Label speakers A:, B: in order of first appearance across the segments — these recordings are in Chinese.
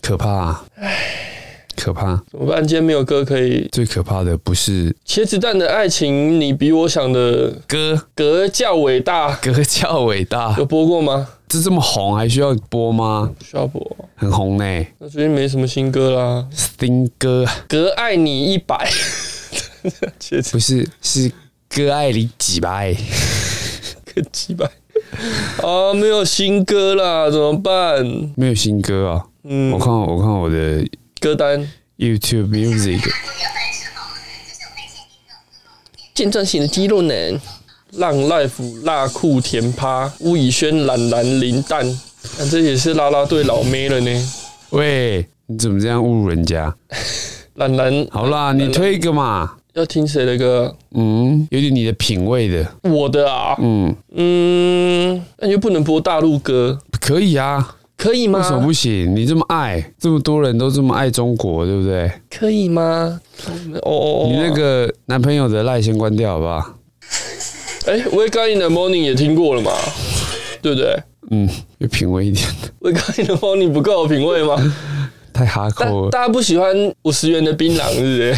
A: 可怕、啊，可怕。
B: 怎么办？今天没有歌可以。
A: 最可怕的不是
B: 茄子蛋的爱情，你比我想的
A: 歌，
B: 格较伟大，
A: 歌叫伟大
B: 有，播过吗？
A: 这这么红还需要播吗？
B: 不需要播。
A: 很红呢、
B: 那最近没什么新歌啦。
A: 新歌
B: 格爱你一百，茄子
A: 不是是歌爱你几百，
B: 个几百。啊，没有新歌啦，怎么办？
A: 没有新歌啊。我
B: 嗯，
A: 看我看我的
B: 歌单
A: YouTube Music，
B: 健壮型的肌肉男，浪 life 辣酷甜趴，巫以轩懒懒林蛋，啊、这也是啦啦队老妹了呢。
A: 喂，你怎么这样侮辱人家？
B: 懒懒
A: 好啦，你推一个嘛。
B: 要听谁的歌？
A: 嗯，有点你的品味的，
B: 我的啊，
A: 嗯，
B: 嗯，那你就不能播大陆歌，
A: 可以啊，
B: 可以
A: 为什么
B: 吗？
A: 不行？你这么爱，这么多人都这么爱中国，对不对？
B: 可以吗？哦哦哦，
A: 你那个男朋友的赖先关掉，好不好？
B: 哎、w a k e Up in the Morning 也听过了嘛，对不对
A: 嗯，有品味一点，
B: ？Wake Up in the Morning 不够有 品味吗？
A: 太哈
B: 大
A: 扣了。
B: 大家不喜欢五十元的槟榔，是不是？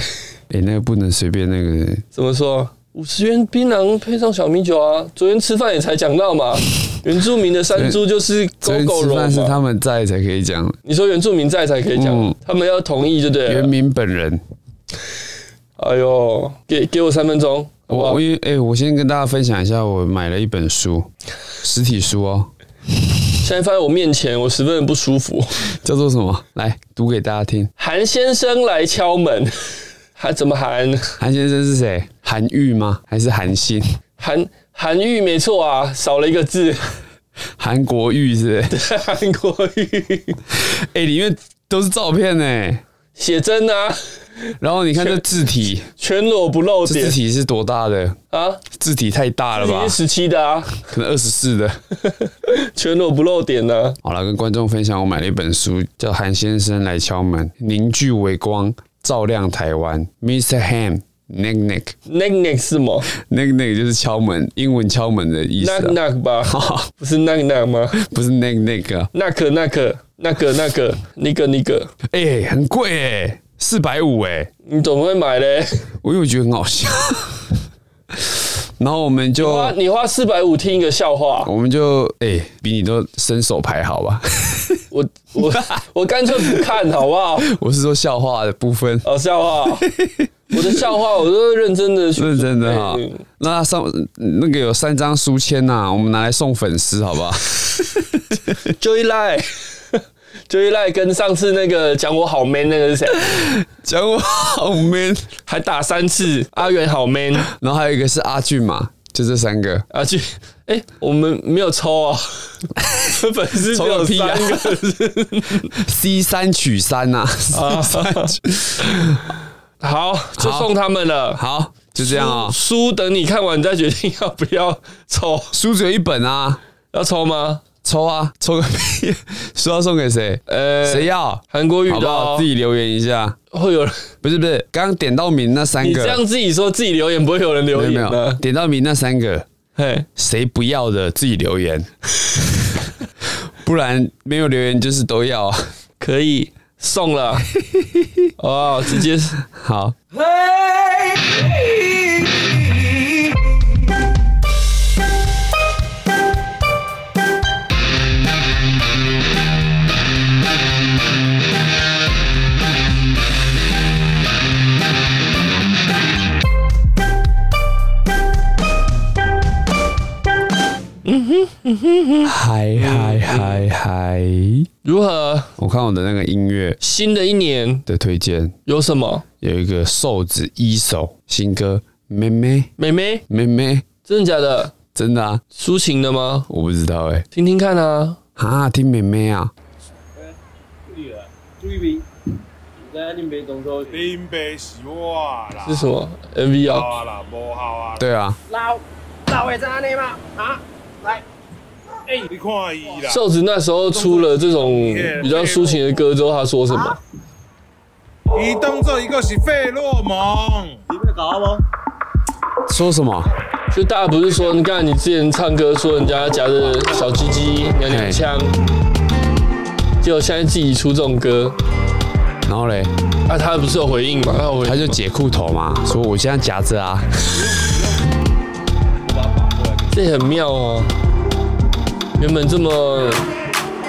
A: 哎、那个不能随便那个，
B: 怎么说？五十元槟榔配上小米酒啊！昨天吃饭也才讲到 嘛，原住民的山猪就是狗
A: 所以
B: 狗
A: 吃
B: 肉
A: 饭是
B: 嘛。
A: 他们在才可以讲，
B: 你说原住民在才可以讲，
A: 嗯
B: 他们要同意就对啊
A: 原
B: 了。
A: 名本人。
B: 哎呦，给给我三分钟，好不
A: 我
B: 好
A: 我？因为哎、我先跟大家分享一下，我买了一本书，实体书哦，
B: 现在放在我面前，我十分的不舒服。
A: 叫做什么？来读给大家听。
B: 韩先生来敲门， 韩怎么韩？
A: 韩先生是谁？韩愈吗？还是韩信？
B: 韩韩愈没错啊，少了一个字，
A: 韩国瑜是不是？
B: 韩国瑜
A: 哎、里面都是照片呢、
B: 写真啊，
A: 然后你看这字体，
B: 全裸不露
A: 这字
B: 点
A: 体是多大的？
B: 啊，
A: 字体太大了
B: 自
A: 吧
B: 己是？十七的啊，
A: 可能二十四的。
B: 全裸不露点呢、啊。
A: 好了，跟观众分享，我买了一本书，叫《韩先生来敲门》，凝聚微光，照亮台湾。Mr. Ham。Nick Nick
B: Knock knock 是吗
A: Nick Nick 就是敲门，英文敲门的意思、
B: ？Knock
A: 啊。
B: knock 吧，
A: 哈，
B: 不是 knock knock 吗
A: 不是 Nick Nick 啊，
B: ？knock knock 那个那个那个那个，
A: 哎、很贵哎、四百五哎，
B: 你怎么会买嘞？
A: 我因为我觉得很好笑。 然后我们就
B: 花你花四百五听一个笑话，
A: 我们就哎、比你都伸手牌好吧？
B: 我我我干脆不看好不好？
A: 我是说笑话的部分，
B: 哦，笑 话，我的笑话我都会认真的去
A: 认真的哈
B: 嗯。
A: 那上那个有三张书签呐、我们拿来送粉丝好不好？
B: Joy Lai。Joy Lai 跟上次那个讲我好 man 那个是谁？
A: 讲我好 man。
B: 还打三次，阿元好 man
A: 然后还有一个是阿俊嘛，就这三个。
B: 啊！去，哎、我们没有抽 哦，粉丝只
A: 抽
B: 有
A: 个屁
B: 三
A: 啊
B: 个是
A: C 三取三呐、
B: 啊好，就
A: 好
B: 送他们了。
A: 好，就这样啊、哦。
B: 书书等你看完再决定要不要抽，
A: 书只有一本啊，
B: 要抽吗？
A: 抽啊，抽个屁！ 书要送给谁？
B: 呃、
A: 谁要？
B: 韩国语
A: 好
B: 的、
A: 不好？
B: 哦
A: 自，己留言一下。
B: 会有人，
A: 不是不是，刚刚点到名那三
B: 你
A: 个，
B: 这样自己说自己留言，不会有人留
A: 没有
B: 言啊
A: 没有
B: 的。
A: 点到名那三个，
B: 嘿，
A: 谁不要的自己留言， 不然没有留言就是都要啊。
B: 可以送了，哦，直接
A: 好，嗨嗨嗨嗨！
B: 如何？
A: 我看我的那个音乐
B: 新的一年
A: 的推荐，
B: 有什么？
A: 有一个瘦子一首新歌，妹妹
B: 妹妹，
A: 妹妹，
B: 真的假的？
A: 真的啊，
B: 抒情的吗？
A: 我不知道哎、
B: 听听看啊！
A: 啊，听妹妹啊，
C: 林北是我啦，
B: 是什么 MV 啊？
C: 我啦，无效啊！
A: 对啊，
D: 老老会知安尼吗？啊，来，
C: 你看伊啦，
B: 瘦子那时候出了这种比较抒情的歌之后，他说什么？
C: 伊当做一个是费洛蒙，
D: 你们搞吗？
A: 说什么？
B: 就大家不是说，你看你之前唱歌说人家夹着小鸡鸡、娘娘腔，结果现在自己出这种歌，
A: 然后嘞，
B: 啊，他不是有回应吗？他有回应
A: 他就解裤头嘛，说我现在夹着啊，
B: 这很妙哦。原本这么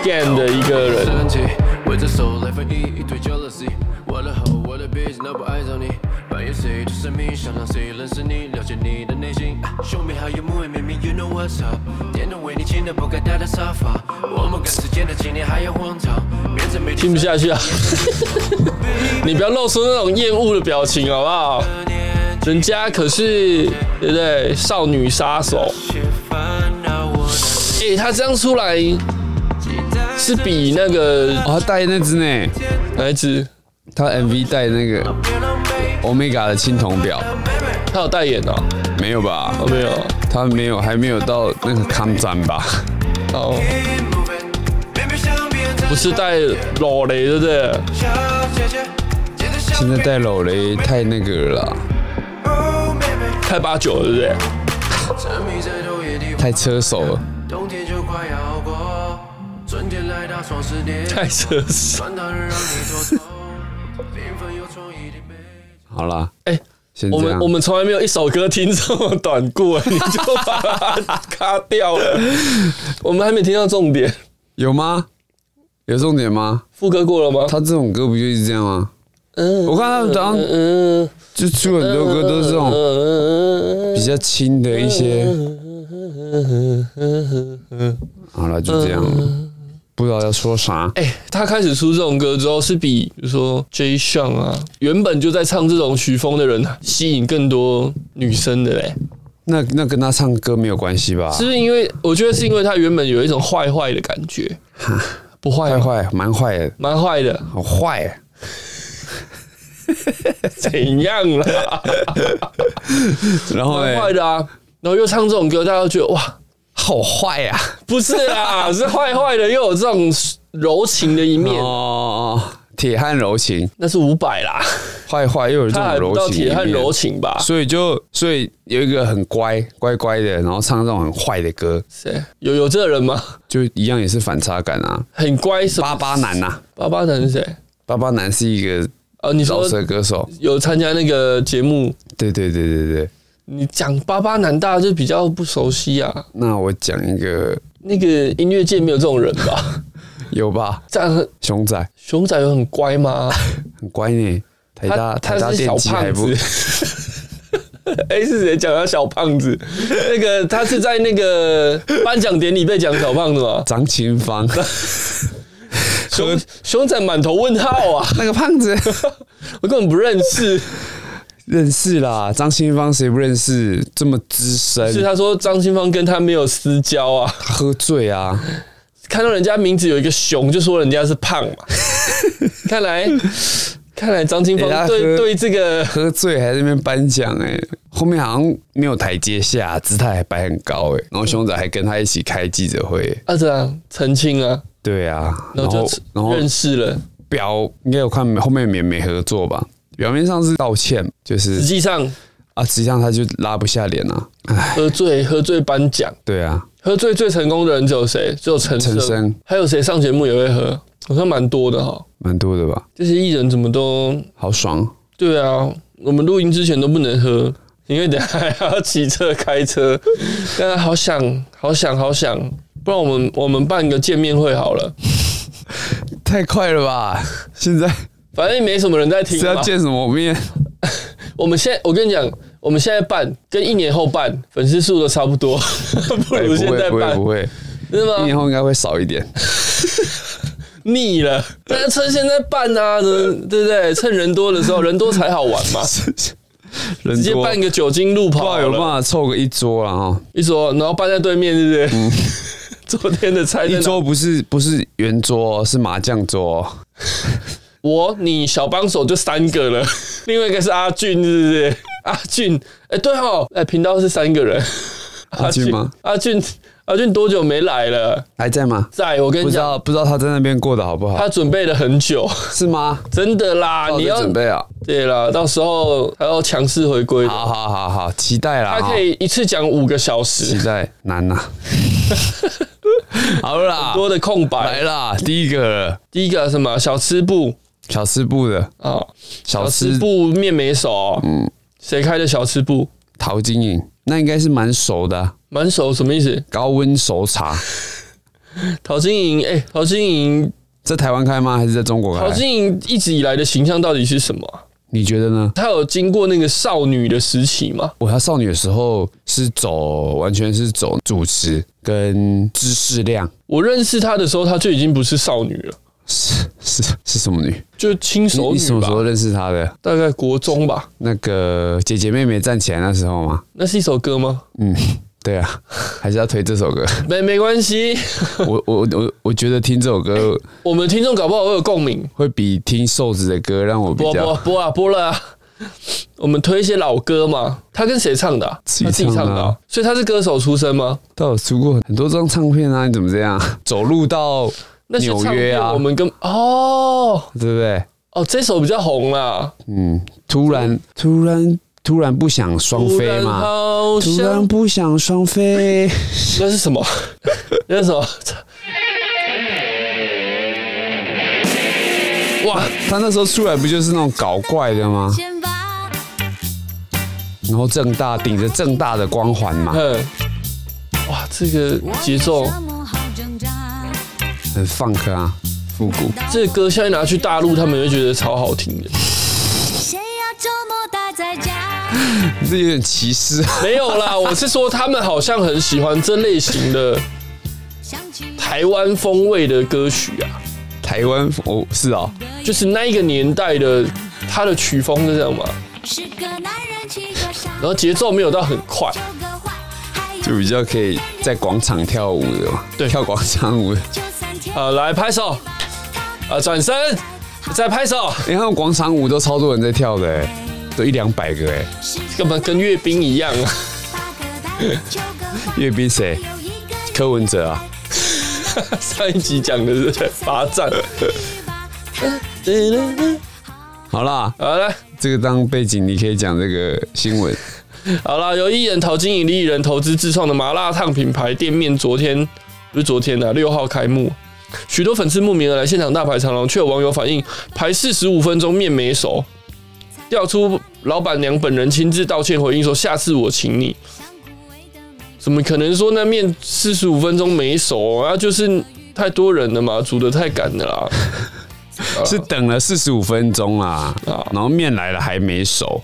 B: gan 的一个人，
E: 生气，围着手来回忆一堆 jealousy。我的好，我的 bitch，那不爱找你。扮演谁的神秘，想让谁认识你，了解你的内心。啊兄妹好友木也明明，You know what's up。电动为你亲的不该待在沙发。我们赶时间的今天还要荒唐，变成没
B: 听不下去啊！ 你不要露出那种厌恶的表情好不好？
E: 年
B: 人家可是对不对？少女杀手，
E: 些烦恼，我的
B: 诶、他这样出来
E: 期待
B: 是比那个
A: 哦，他带那只呢，
B: 哪一只？
A: 他 MV 带那个 Omega 的青铜表，
B: 他有代言哦？
A: 没有吧？
B: 哦，没有。
A: 他没有，还没有到那个康展吧？
B: 哦，
E: baby 像别人在
B: 不是带裸雷对不对？
E: 小姐姐，接着像
A: 现在戴老雷太那个了啦，
E: Oh baby，
B: 太八九了对不对？
E: 沉迷在冬夜的
A: 太车手了。
E: 冬天就快要过，春天来到双十节，
B: 太奢侈。
E: 穿它让你脱脱， 缤纷又创意的美。
A: 好啦，
B: 哎、
A: 先
B: 我
A: 这
B: 们
A: 样
B: 我。们从来没有一首歌听这么短过，你就把它卡掉了。我们还没听到重点，
A: 有吗？有重点吗？
B: 副歌过了吗？
A: 他这种歌不就是这样吗？
B: 嗯
A: 我看他们早上
B: 嗯，
A: 就出很多歌
B: 呃
A: 都是这种
B: 种
A: 比较轻的一些。好了，就这样，不知道要说啥。
B: 哎、他开始出这种歌之后，是比比如说 J. s h a n 啊，原本就在唱这种曲风的人，吸引更多女生的嘞、
A: 那那跟他唱歌没有关系吧？
B: 是不是因为我觉得是因为他原本有一种坏坏的感觉，不坏
A: 坏坏，
B: 吗，
A: 蛮坏的，
B: 蛮坏 的，
A: 好坏。
B: 怎样啦？
A: 然后
B: 蛮
A: 嘞，
B: 坏的啊，然后又唱这种歌，大家都觉得哇，
A: 好坏呀！
B: 不是 啊，是坏坏的，又有这种柔情的一面，
A: 哦，铁汉柔情，
B: 那是五百啦，
A: 坏坏又有这
B: 他还
A: 种
B: 不到
A: 柔情，
B: 铁汉柔。情吧？
A: 所以就所以有一个很乖乖乖的，然后唱这种很坏的歌，
B: 谁有有这个人吗？
A: 就一样也是反差感啊。
B: 很乖什么？
A: 巴巴男呐、啊，
B: 八八男是谁？
A: 巴巴男是一个
B: 哦，你说
A: 饶舌歌手，
B: 有参加那个节目，
A: 对对对对对。
B: 你讲八八男大家就比较不熟悉啊。
A: 那我讲一个
B: 那个音乐界没有这种人 吧？
A: 有吧，
B: 这样很
A: 熊仔
B: 熊仔有很乖吗？
A: 很乖呢，台大台大
B: 他是
A: 电
B: 小
A: 机还
B: 胖
A: 不
B: 子。 哎、是谁讲他小胖子？那个他是在那个颁奖典礼被讲小胖子吗？
A: 张清 芳
B: 熊熊仔满头问号啊！
A: 那个胖子
B: 我根本不认 识。
A: 认识啦，张清芳谁不认识？这么资
B: 是啊
A: 深，
B: 他说张清芳跟他没有私交啊，
A: 他喝醉啊，
B: 看到人家名字有一个熊，就说人家是 胖嘛。看来，看来张清
A: 哎
B: 芳
A: 他
B: 对
A: 喝
B: 对这个
A: 喝醉还在那边颁奖哎，后面好像没有台阶下，姿态还摆很高哎、然后熊仔还跟他一起开记者会、欸，
B: 啊，这样澄清啊，
A: 对啊，然
B: 然后
A: 后
B: 就
A: 然后
B: 认识了，
A: 表应该有看后面也没合作吧？表面上是道歉，就
B: 实
A: 是
B: 际上
A: 啊，实际上他就拉不下脸啊。唉，
B: 喝醉喝醉颁奖，
A: 对啊，
B: 喝醉最成功的人只有谁？只有陈
A: 陈升
B: 升，还有谁上节目也会喝？好像蛮多的哈。
A: 蛮多的吧？
B: 这些艺人怎么都
A: 好爽，
B: 对啊？我们录音之前都不能喝，因为等下还要骑车开车。 但是好想好想好想，不然我们我们办个见面会好了，
A: 太快了吧！ 现在
B: 反正也没什么人在听
A: 是要
B: 嘛。
A: 见什么 面？
B: 我们现在，我跟你讲，我们现在办跟一年后办粉丝数都差不 多，不
A: 哎
B: 如
A: 不
B: 现
A: 会
B: 在
A: 不会
B: 办
A: 不， 会，
B: 是
A: 一年
B: 吗？
A: 后应该会少一点。
B: 腻了，那趁现在办啊， 对对不对？趁人多的时候，人多才好玩嘛。
A: 人
B: 直接
A: 多，
B: 办个酒精路
A: 不知
B: 跑
A: 道
B: 好
A: 有没有办
B: 了，
A: 法凑个一桌了哈。
B: 一桌，然后搬在对面，对不对？
A: 嗯
B: 昨天的菜在哪
A: 一桌不是不是圆桌哦，是麻将桌哦。
B: 我你小帮手就三个了， 另外一个是阿俊，是不是？阿俊，哎、对哦，哎、频道是三个人。
A: 阿俊吗？
B: 阿俊，阿俊多久没来了？
A: 还在吗？
B: 在我跟
A: 不
B: 你
A: 知
B: 讲，
A: 道不知道他在那边过得好不好
B: 他？准备了很久，
A: 是吗？
B: 真的啦，
A: 到
B: 你
A: 底
B: 要
A: 准备啊？
B: 对啦，到时候还要强势回归的，
A: 好好好好，期待啦！
B: 他
A: 哈啊
B: 可以一次讲五个小时
A: 期，待难呐、好了啦，
B: 多的空
A: 来
B: 白。
A: 啦，第一个了
B: 第一个什么小吃部
A: 小吃部的
B: 啊，
A: 小
B: 小
A: 吃
B: 吃部面没手，嗯，谁开的小吃部？
A: 陶晶莹，那应该是蛮熟的啊、
B: 满手什么意思？
A: 高温熟茶，
B: 陶晶莹，哎、陶晶莹，
A: 在台湾开吗？还是在中国
B: 陶
A: 开？
B: 晶莹一直以来的形象到底是什么啊？
A: 你觉得呢？
B: 她有经过那个少女的时期吗？
A: 我她少女的时候是走，完全是走主持跟知识量，
B: 我认识她的时候，她就已经不是少女了，
A: 是是是什么女？
B: 就轻
A: 你
B: 熟
A: 你什
B: 女
A: 么时候
B: 吧，
A: 认识她的？
B: 大概国中吧。
A: 那个姐姐妹妹站起来那时候吗？
B: 那是一首歌吗？
A: 嗯，对啊，还是要推这首歌。
B: 没没关系，
A: 我我我我觉得听这首歌
B: 我们听众搞不好会有共鸣。
A: 会比听瘦子的歌让我比
B: 播啊播
A: 较
B: 啊播啊播了啊！我们推一些老歌嘛。他跟谁唱的、啊？
A: 自己
B: 他自己唱
A: 唱
B: 的、
A: 的啊
B: 啊。所以他是歌手出身吗？
A: 到有出过很多张唱片啊，你怎么这 样？走路到
B: 那些
A: 纽
B: 唱
A: 约
B: 片
A: 啊
B: 我们跟哦
A: 对不对？
B: 哦，这首比较红啦。
A: 嗯，突然突然突然不想双
B: 突
A: 飞
B: 然
A: 嘛，
B: 好
A: 突然
B: 想，
A: 不想双 飞，
B: 那是什么？那是什么？哇！
A: 他那时候出来不就是那种搞怪的吗？
F: 先把
A: 然后正大顶着正大的光环嘛，
B: 嗯，哇，这个节奏，
A: 很 funk 啊，复古。
B: 哦这个歌现在拿去大陆，他们会觉得超好听的。
F: 谁要周末待在家？
A: 这有点歧视啊。
B: 没有啦，我是说他们好像很喜欢这类型的
F: 想起
B: 台湾风味的歌曲啊，
A: 台湾哦，是啊、哦，
B: 就是那一个年代的它的曲风是这样嘛，
F: 是个男人七个傻，
B: 然后节奏没有到很快，
F: 九个坏，还有
A: 就比较可以在广场跳舞的嘛，
B: 对
A: 跳广场舞的。
F: 就三天。
B: 啊，来拍手，啊，转身，再拍手，
A: 你看广场舞都超多人在跳的、欸，都一两百个哎、
B: 根本跟阅兵一样啊，
F: 八个 蛋，九个坏，
A: 阅兵谁？
F: 有一个
A: 柯文哲啊，
B: 上一集讲的是罚站，
F: 吧。
A: 好啦，
B: 好来，
A: 这个当背景你可以讲这个新闻。
B: 哦好啦，由艺人陶晶莹、李艺人投资自创的麻辣烫品牌店面，昨天不是昨天啊，六号开幕。许多粉丝慕名而来，现场大排长龙，却有网友反映排四十五分钟面没熟，调出老板娘本人亲自道歉回应说：“下次我请你。”怎么可能说那面四十五分钟没熟啊？就是太多人了嘛，煮的太赶了 啦。
A: 是等了四十五分钟啦，
B: 啊
A: 然后面来了还没熟，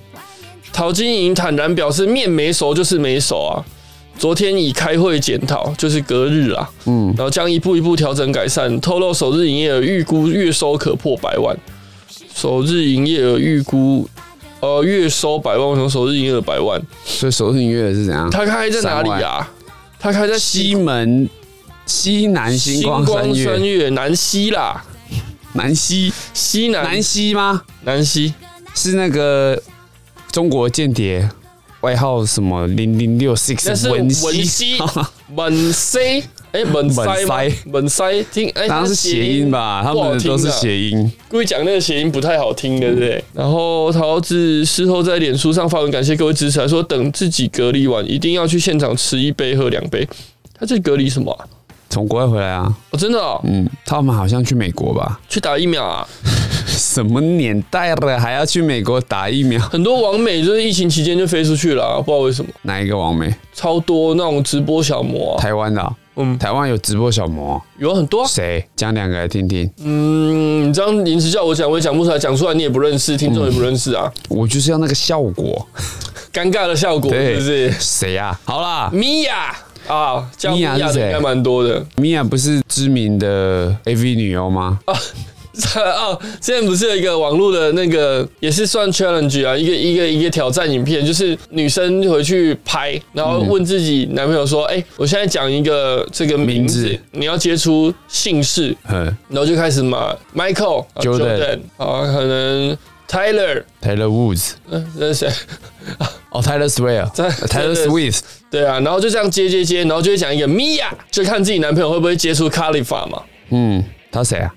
B: 陶晶莹坦然表示，面没熟就是没熟啊。昨天已开会检讨，就是隔日啊，嗯，然后将一步一步调整改善。透露首日营业额预估月收可破百万，首日营业额预估，呃，月收百万，为什么首日营业额百万？
A: 所以首日音乐是怎样？
B: 他开在哪里啊？他开在
A: 西门西南星光三
B: 三
A: 月
B: 月南西啦，
A: 南西
B: 西南
A: 南西吗？
B: 南西
A: 是那个中国间谍外号什么零零六 six
B: 那是文西 本塞，哎，本塞吗
A: 本塞
B: 本塞，听哎，
A: 当然是谐音吧，他
B: 不好
A: 们
B: 听
A: 都是
B: 啊
A: 谐音。
B: 故意讲那个谐音不太好听，对不
A: 嗯
B: 对？然后陶子事后在脸书上发文感谢各位支持，还说等自己隔离完一定要去现场吃一杯喝两杯。他这隔离什么、啊？
A: 从国外回来啊，
B: 哦，真的、哦、
A: 嗯，他们好像去美国吧？
B: 去打疫苗啊！
A: 什么年代了，还要去美国打疫苗？
B: 很多网美就是疫情期间就飞出去了啊、不知道为什么，
A: 哪一个王美？
B: 超多那种直播小魔啊，
A: 台湾的啊、
B: 哦嗯，
A: 台湾有直播小魔，
B: 有很多啊、
A: 谁讲两个来听听？
B: 嗯，你这样临时叫我讲，我也讲不出来，讲出来你也不认识，听众也不认识啊，
A: 我就是要那个效果，
B: 尴尬的效果是不是？
A: 谁呀、好啦，
B: 米娅啊，叫米
A: 米娅
B: 娅
A: 是
B: 的
A: 谁
B: 应该蛮多的。
A: 米娅不是知名的 AV 女优吗？
B: 哦，之前不是有一个网络的那个，也是算 challenge 啊，一个一个一个挑战影片，就是女生回去拍，然后问自己男朋友说：“哎、我现在讲一个这个名字，
A: 名字
B: 你要接出姓氏。
A: 嗯”
B: 然后就开始嘛，Michael 啊、
A: Jordan
B: 啊，可能 Tyler，
A: ，Taylor Woods，
B: 嗯、那是谁？
A: 哦，Taylor Swift，Taylor
B: 这
A: Swift，
B: 对啊，然后就这样接接接，然后就会讲一个 Mia，就看自己男朋友会不会接出 Khalifa 嘛。
A: 嗯，他谁啊？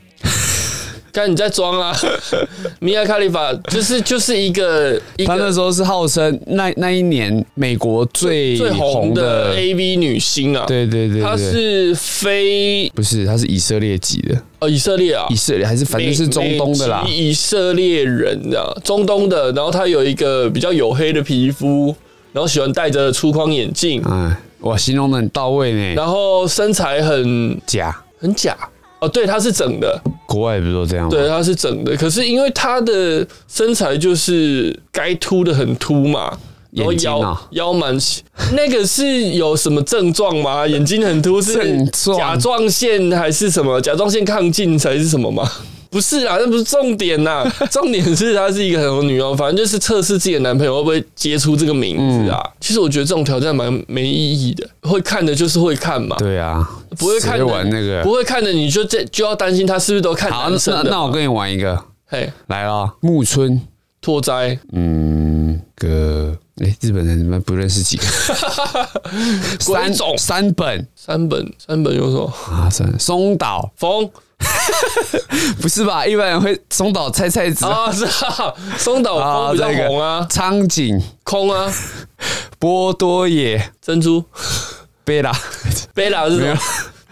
B: 干你在装啊！ 米亚卡利法就是就是一个一
A: 她那
B: 个
A: 时候是号称那那一年美国最
B: 最红
A: 红
B: 的 AV 女星啊，，
A: 对对对对，
B: 她是非
A: 不是她是以色列籍的？
B: 呃以色列啊，
A: 以色列还是反正是中东的啦
B: 美。籍以色列人的、啊、中东的，然后他有一个比较黝黑的皮肤，然后喜欢戴着粗框眼镜，
A: 哎，哇，形容的很到位呢。
B: 然后身材很
A: 假，
B: 很假哦，对，他是整的，
A: 国外不是都这样吗？
B: 对，啊他是整的，可是因为他的身材就是该凸的很凸嘛。然后
A: 眼睛
B: 腰、
A: 啊
B: 腰蛮细，那个是有什么症状吗？眼睛很凸是
A: 症状
B: 甲状腺还是什么？甲状腺亢进还是什么吗？ 不是啦，那不是重点啦， 重点是她是一个很有女优，反正就是测试自己的男朋友会不会接出这个名字啊。
A: 嗯
B: 其实我觉得这种挑战蛮没意义的，会看的就是会看嘛，
A: 对啊，
B: 不会看
A: 谁
B: 的
A: 玩那个
B: 不。会看的你就这就要担心他是不是都看
A: 好，
B: 男生
A: 那
B: 的。
A: 那我跟你玩一个，
B: 嘿，
A: 来了，木村，
B: 拓 哉，
A: 嗯，个，哎，日本人怎么不认识几 个？
B: 鬼
A: 三
B: 冢
A: 三本
B: 三本三本有什么？
A: 啊，算了，松岛
B: 风
A: 不是吧？一般人会松岛菜菜子
B: 啊，是啊，松岛风比较红啊，
A: 苍井、
B: 空啊，
A: 波多野、
B: 珍珠
A: 贝拉，
B: 贝拉是什么？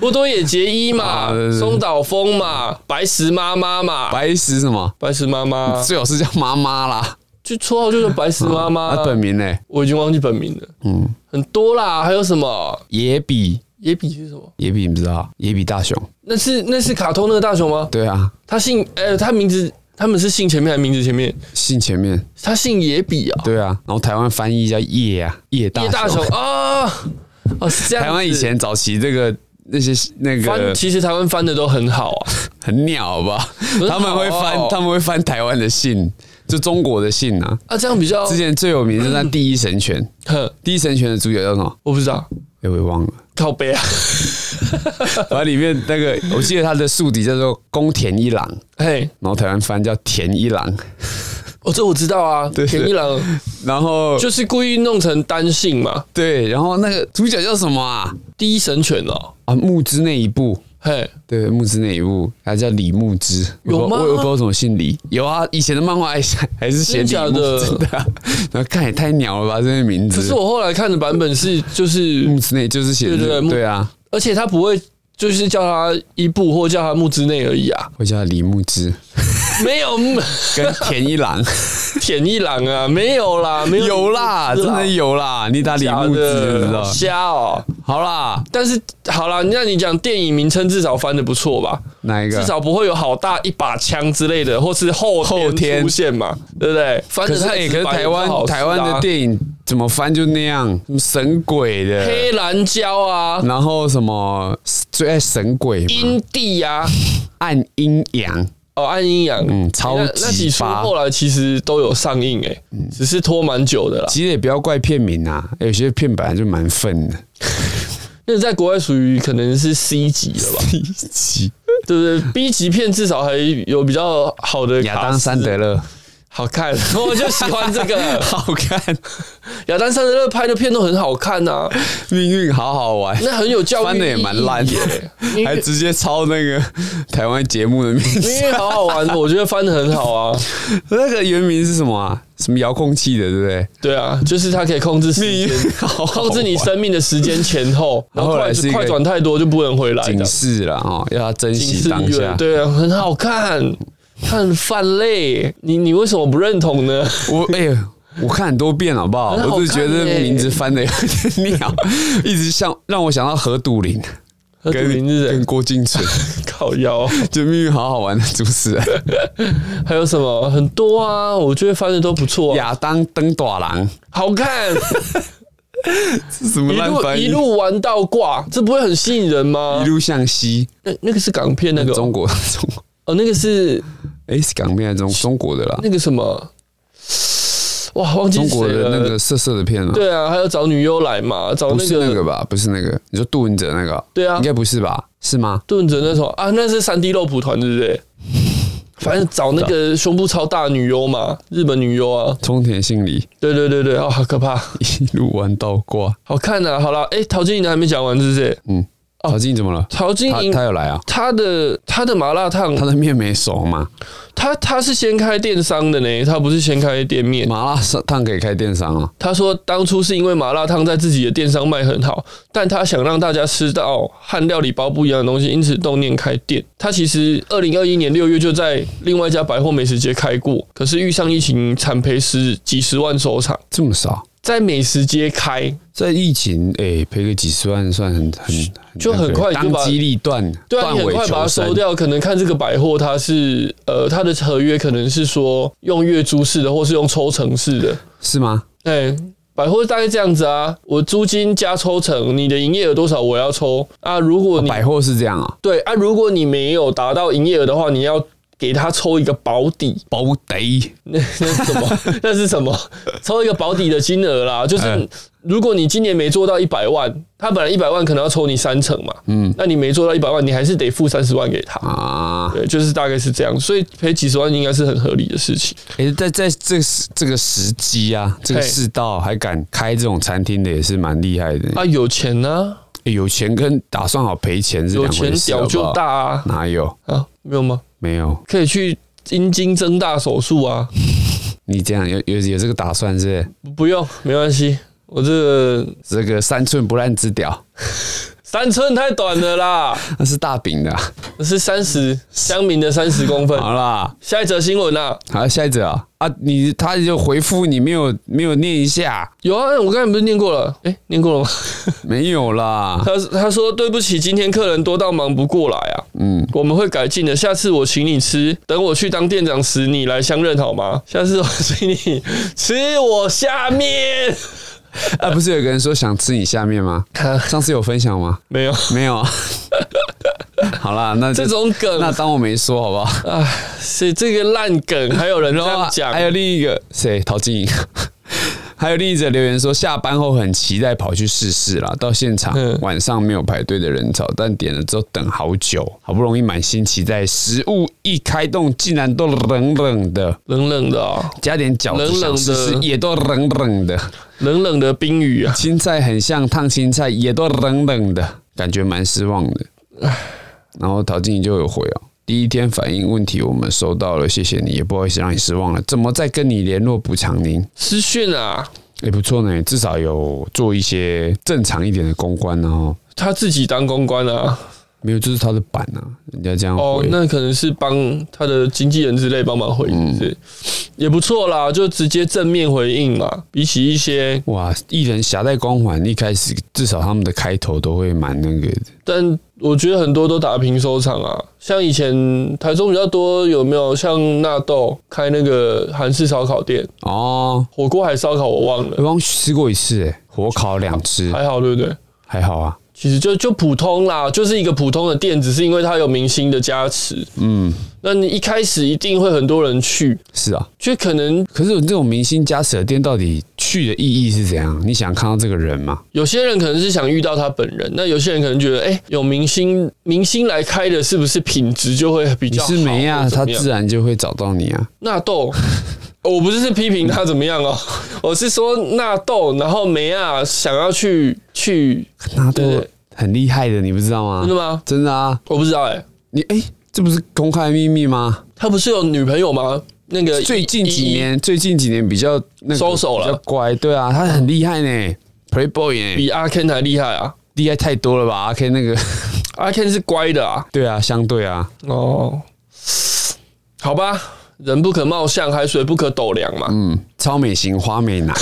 B: 波多野结衣嘛
A: 啊对，对
B: 松岛枫嘛，白石妈妈嘛，
A: 白石什么？
B: 白石妈妈，
A: 最好是叫妈妈啦，
B: 就绰号就是白石啊妈妈
A: 啊，。本名呢？
B: 我已经忘记本名了，嗯，很多啦，还有什么
A: 野比，
B: 野比是什么？
A: 野比你不知道？野比大雄，
B: 那是那是卡通那个大雄吗？
A: 对啊，
B: 他姓呃，他名字他们是姓前面还是名字前面？
A: 姓前面，
B: 他姓野比啊，
A: 对啊，然后台湾翻译叫叶啊，叶大
B: 叶大雄啊，哦是这样 子。
A: 台湾以前早期这个那些那
B: 翻，
A: 个
B: 其实台湾翻的都很好啊。
A: 很鸟，好吧？
B: 是
A: 他们会翻
B: 好，
A: 他们会翻台湾的信，就中国的信啊。
B: 啊，这样比较，
A: 之前最有名就是那《第一神拳》，
B: 哼，
A: 第一神拳的主角叫什么？
B: 我不知道，
A: 哎，我也忘 了。
B: 靠 背啊，
A: 然后里面那个，我记得他的宿敌叫做宫田一郎，
B: 嘿，
A: 然后台湾翻叫田一郎，
B: 哦，这我知道啊，
A: 对
B: 田一郎
A: 然后
B: 就是故意弄成单性嘛，
A: 对，然后那个主角叫什么啊？
B: 第一神犬哦，
A: 啊，木之那一部，
B: 嘿，
A: 对，木之那一部，他叫李木之，
B: 有
A: 我不
B: 吗
A: 我也不知道怎么姓李。有啊，以前的漫画还是还是写李
B: 真假
A: 木
B: 的
A: 之的 啊，然后看也太鸟了吧，这些名字。
B: 可是我后来看的版本是就是
A: 木，之内就是写
B: 对对
A: 日
B: 木
A: 对啊，
B: 而且他不会。就是叫他伊布或叫他木之内而已啊，
A: 我叫他李木之，
B: 没有 木
A: 跟田一郎
B: 田一郎啊，没有啦， 没有
A: 有啦，真的有啦，你打李
B: 假
A: 木之
B: 的
A: 你知道？
B: 瞎哦。
A: 好啦，
B: 但是好啦，那你讲电影名称至少翻的不错吧？
A: 哪一个？
B: 至少不会有好大一把枪之类的，或是后
A: 后天
B: 出现嘛，对不对？反
A: 可
B: 正
A: 是哎、
B: 太
A: 可
B: 直
A: 是
B: 白
A: 台
B: 不好
A: 湾
B: 吃啊
A: 台湾的电影怎么翻就那样，什么神鬼的，
B: 黑蓝胶啊、
A: 然后什么最爱神鬼嘛，
B: 阴地啊、
A: 暗阴阳，
B: 哦暗阴阳，
A: 嗯，超
B: 那那几
A: 级嗯
B: 出
A: 发。
B: 后来其实都有上映诶、哎只是拖蛮久的啦。
A: 其实也不要怪片名啊，有些片本来就蛮愤的。
B: 那在国外属于可能是 C 级了 吧，对不对？B 级片至少还有比较好的
A: 亚
B: 卡
A: 当·
B: 司
A: 山德勒，
B: 好看， 我就喜欢这个
A: 好看，
B: 亚当·山德勒拍的片都很好看呐、 啊，
A: 命运好好玩。
B: 那很有教育
A: 翻的也蛮烂
B: 意义
A: 的
B: 耶，因
A: 还
B: 为
A: 直接抄那个台湾节目的名字。
B: 因为好好玩，我觉得翻的很好啊。
A: 那个原名是什么啊？什么遥控器的，对不对？
B: 对啊，就是它可以控制时
A: 命
B: 间
A: 运， 好好玩
B: 控制你生命的时间前 后，然后
A: 后来
B: 快
A: 是一个
B: 快转太多就不能回来的
A: 警。示啦，哦，要他珍
B: 警
A: 惜
B: 示
A: 当下。
B: 对啊，很好看，它很泛类。你你为什么不认同呢？
A: 我哎呦，我看很多遍好不好？
B: 很好看
A: 我只是觉得
B: 耶
A: 名字翻的有点鸟，一直像让我想到何笃林
B: 和杜林是
A: 跟
B: 人
A: 郭敬淳，
B: 靠腰，
A: 就命运好好玩的主持人
B: 还有什么很多啊？我觉得翻的都不错、啊，
A: 亚当登短郎，
B: 好 看，
A: 这什么
B: 一
A: 烂
B: 路
A: 翻译？
B: 一路玩到挂，这不会很吸引人吗
A: 一？路向西，
B: 那那个是港片那个
A: 中国 中国，
B: 哦，那个是
A: 哎，是港片还是中中国的啦？
B: 那个什么，哇，忘记
A: 中
B: 是
A: 国
B: 谁
A: 的
B: 了
A: 那个色色的片啊。
B: 对啊，还有找女优来嘛，找
A: 不
B: 那
A: 是那个
B: 个
A: 吧？不是那个，你说杜文泽那个？
B: 对啊
A: 应该不是吧？是吗？
B: 盾着那什么啊，那是三 D 肉蒲团，对不 对？反正找那个胸部超大的女优嘛，日本女优啊，
A: 冲田杏 里
B: 对对对对，哦，好可怕，
A: 一路玩到挂，
B: 好看呐、啊。好了，哎、陶晶莹的还没讲完，是不是？
A: 嗯，陶晶莹怎么了？
B: 陶晶
A: 他
B: 莹
A: 他有来啊？
B: 他的他的麻辣烫，
A: 他的面没熟吗？
B: 他他是先开电商的呢，他不是先开店面。
A: 麻辣烫可以开电商啊？
B: 他说当初是因为麻辣烫在自己的电商卖很好，但他想让大家吃到和料理包不一样的东西，因此动念开店。他其实二零二一年六月就在另外一家百货美食街开过，可是遇上疫情，惨赔十几十万收场。
A: 这么少？
B: 在美食街开，
A: 在疫情，哎、赔个几十万算很很
B: 就很快就
A: 当
B: 把
A: 机立断，
B: 对啊，
A: 断
B: 你很
A: 尾
B: 快把它
A: 求
B: 收
A: 生。
B: 掉。可能看这个百货，它是呃，它的合约可能是说用月租式的，或是用抽成式的。
A: 是吗？
B: 哎、百货大概这样子啊，我租金加抽成，你的营业额多少我要抽啊。如果你、
A: 百货是这样啊，
B: 对啊，如果你没有达到营业额的话，你要给他抽一个保底，
A: 保底
B: 那那是什么？ 那是什么？抽一个保底的金额啦，就是。
A: 嗯
B: 如果你今年没做到一百万，他本来一百万可能要抽你三成嘛，嗯，那你没做到一百万，你还是得付三十万给他
A: 啊！
B: 对，就是大概是这样，所以赔几十万应该是很合理的事情。
A: 哎、在在这个时这个时机啊，这个
B: 嘿
A: 世道还敢开这种餐厅的，也是蛮厉害的、
B: 啊，有钱呢、
A: 欸有钱跟打算好赔钱是
B: 有
A: 两
B: 钱
A: 回事，
B: 屌就
A: 好不好
B: 大啊！
A: 哪有？
B: 啊，没有吗？
A: 没有，
B: 可以去阴茎增大手术啊？
A: 你这样有有有这个打算是
B: 不不用，没关系，我这个
A: 不是这个三寸不烂之屌，
B: 三寸太短了啦，
A: 那是大饼的啊、
B: 我是三十乡民的三十公分。
A: 好啦，
B: 下一则新闻啊，
A: 好，下一则啊啊，你他就回复你没有没有念一下，
B: 有啊，我刚才不是念过了？诶，念过了吗？
A: 没有 啦，
B: 他他说对不起，今天客人多到忙不过来啊。嗯，我们会改进的，下次我请你吃，等我去当店长时你来相认好吗？下次我请你吃我下面。
A: 啊，不是有个人说想吃你下面 吗？上次有分享吗？
B: 没有
A: 没有啊， 好啦，那就
B: 这种
A: 那
B: 梗，
A: 当我没说好不好？
B: 是这个烂梗，还有人这
A: 然后
B: 样
A: 啊
B: 讲，
A: 还有另一个谁？陶晶莹。 还有另一则留言说，下班后很期待跑去试试啦。到现场、
B: 嗯
A: 晚上没有排队的人潮，但点了之后等好久，好不容易满心期待，食物一开动竟然都冷冷的，
B: 冷冷的啊、
A: 加点饺子
B: 冷冷
A: 想
B: 的
A: 试试也都冷冷的，
B: 冷冷的冰雨啊，
A: 青菜很像烫青菜也都冷冷的，感觉蛮失望的。然后陶晶莹就有回哦，第一天反映问题我们收到了，谢谢你，也不好意思让你失望了，怎么再跟你联络补偿您？
B: 私讯啊，
A: 也不错呢，至少有做一些正常一点的公关哦。
B: 他自己当公关啊，
A: 没有，就是他的版啊，人家这样回，
B: 哦，那可能是帮他的经纪人之类帮忙回，是不是？也不错啦，就直接正面回应嘛，比起一些
A: 哇，艺人携带光环，一开始至少他们的开头都会蛮那个的，
B: 但我觉得很多都打平收场啊，像以前台中比较多，有没有像纳豆开那个韩式烧烤店，
A: 哦。
B: 火锅还是烧烤我忘了
A: 我，刚吃过一次，哎，火烤两次，
B: 哦还好对不对？
A: 还好啊。
B: 其实就就普通啦，就是一个普通的店，只是因为它有明星的加持，嗯，那你一开始一定会很多人去，
A: 是啊，
B: 就可能
A: 可是我这种明星加持的店，到底去的意义是怎样？你想看到这个人吗？
B: 有些人可能是想遇到他本人，那有些人可能觉得，哎、有明星明星来开的，是不是品质就会比
A: 你
B: 较好？
A: 是没啊，
B: 或者
A: 他
B: 怎么样
A: 自然就会找到你啊。
B: 纳豆。 我不是批评他怎么样哦， 我是说纳豆，然后梅亚想要去去，
A: 那都
B: 对
A: 很厉害的，你不知道吗？
B: 真的吗？
A: 真的啊，
B: 我不知道哎、
A: 你哎、这不是公开秘密吗？
B: 他不是有女朋友吗？那个
A: 最近几
B: 一
A: 年，最近几年比较那个
B: 收手了
A: 比较乖，对啊，他很厉害呢，Playboy 呢，
B: 比阿 Ken 还厉害啊！
A: 厉害太多了吧阿 K 那个，
B: 阿 Ken 是乖的啊。
A: 对啊，相对啊，
B: 哦，好吧，人不可貌相，海水不可斗量嘛。
A: 嗯，超美型花美 男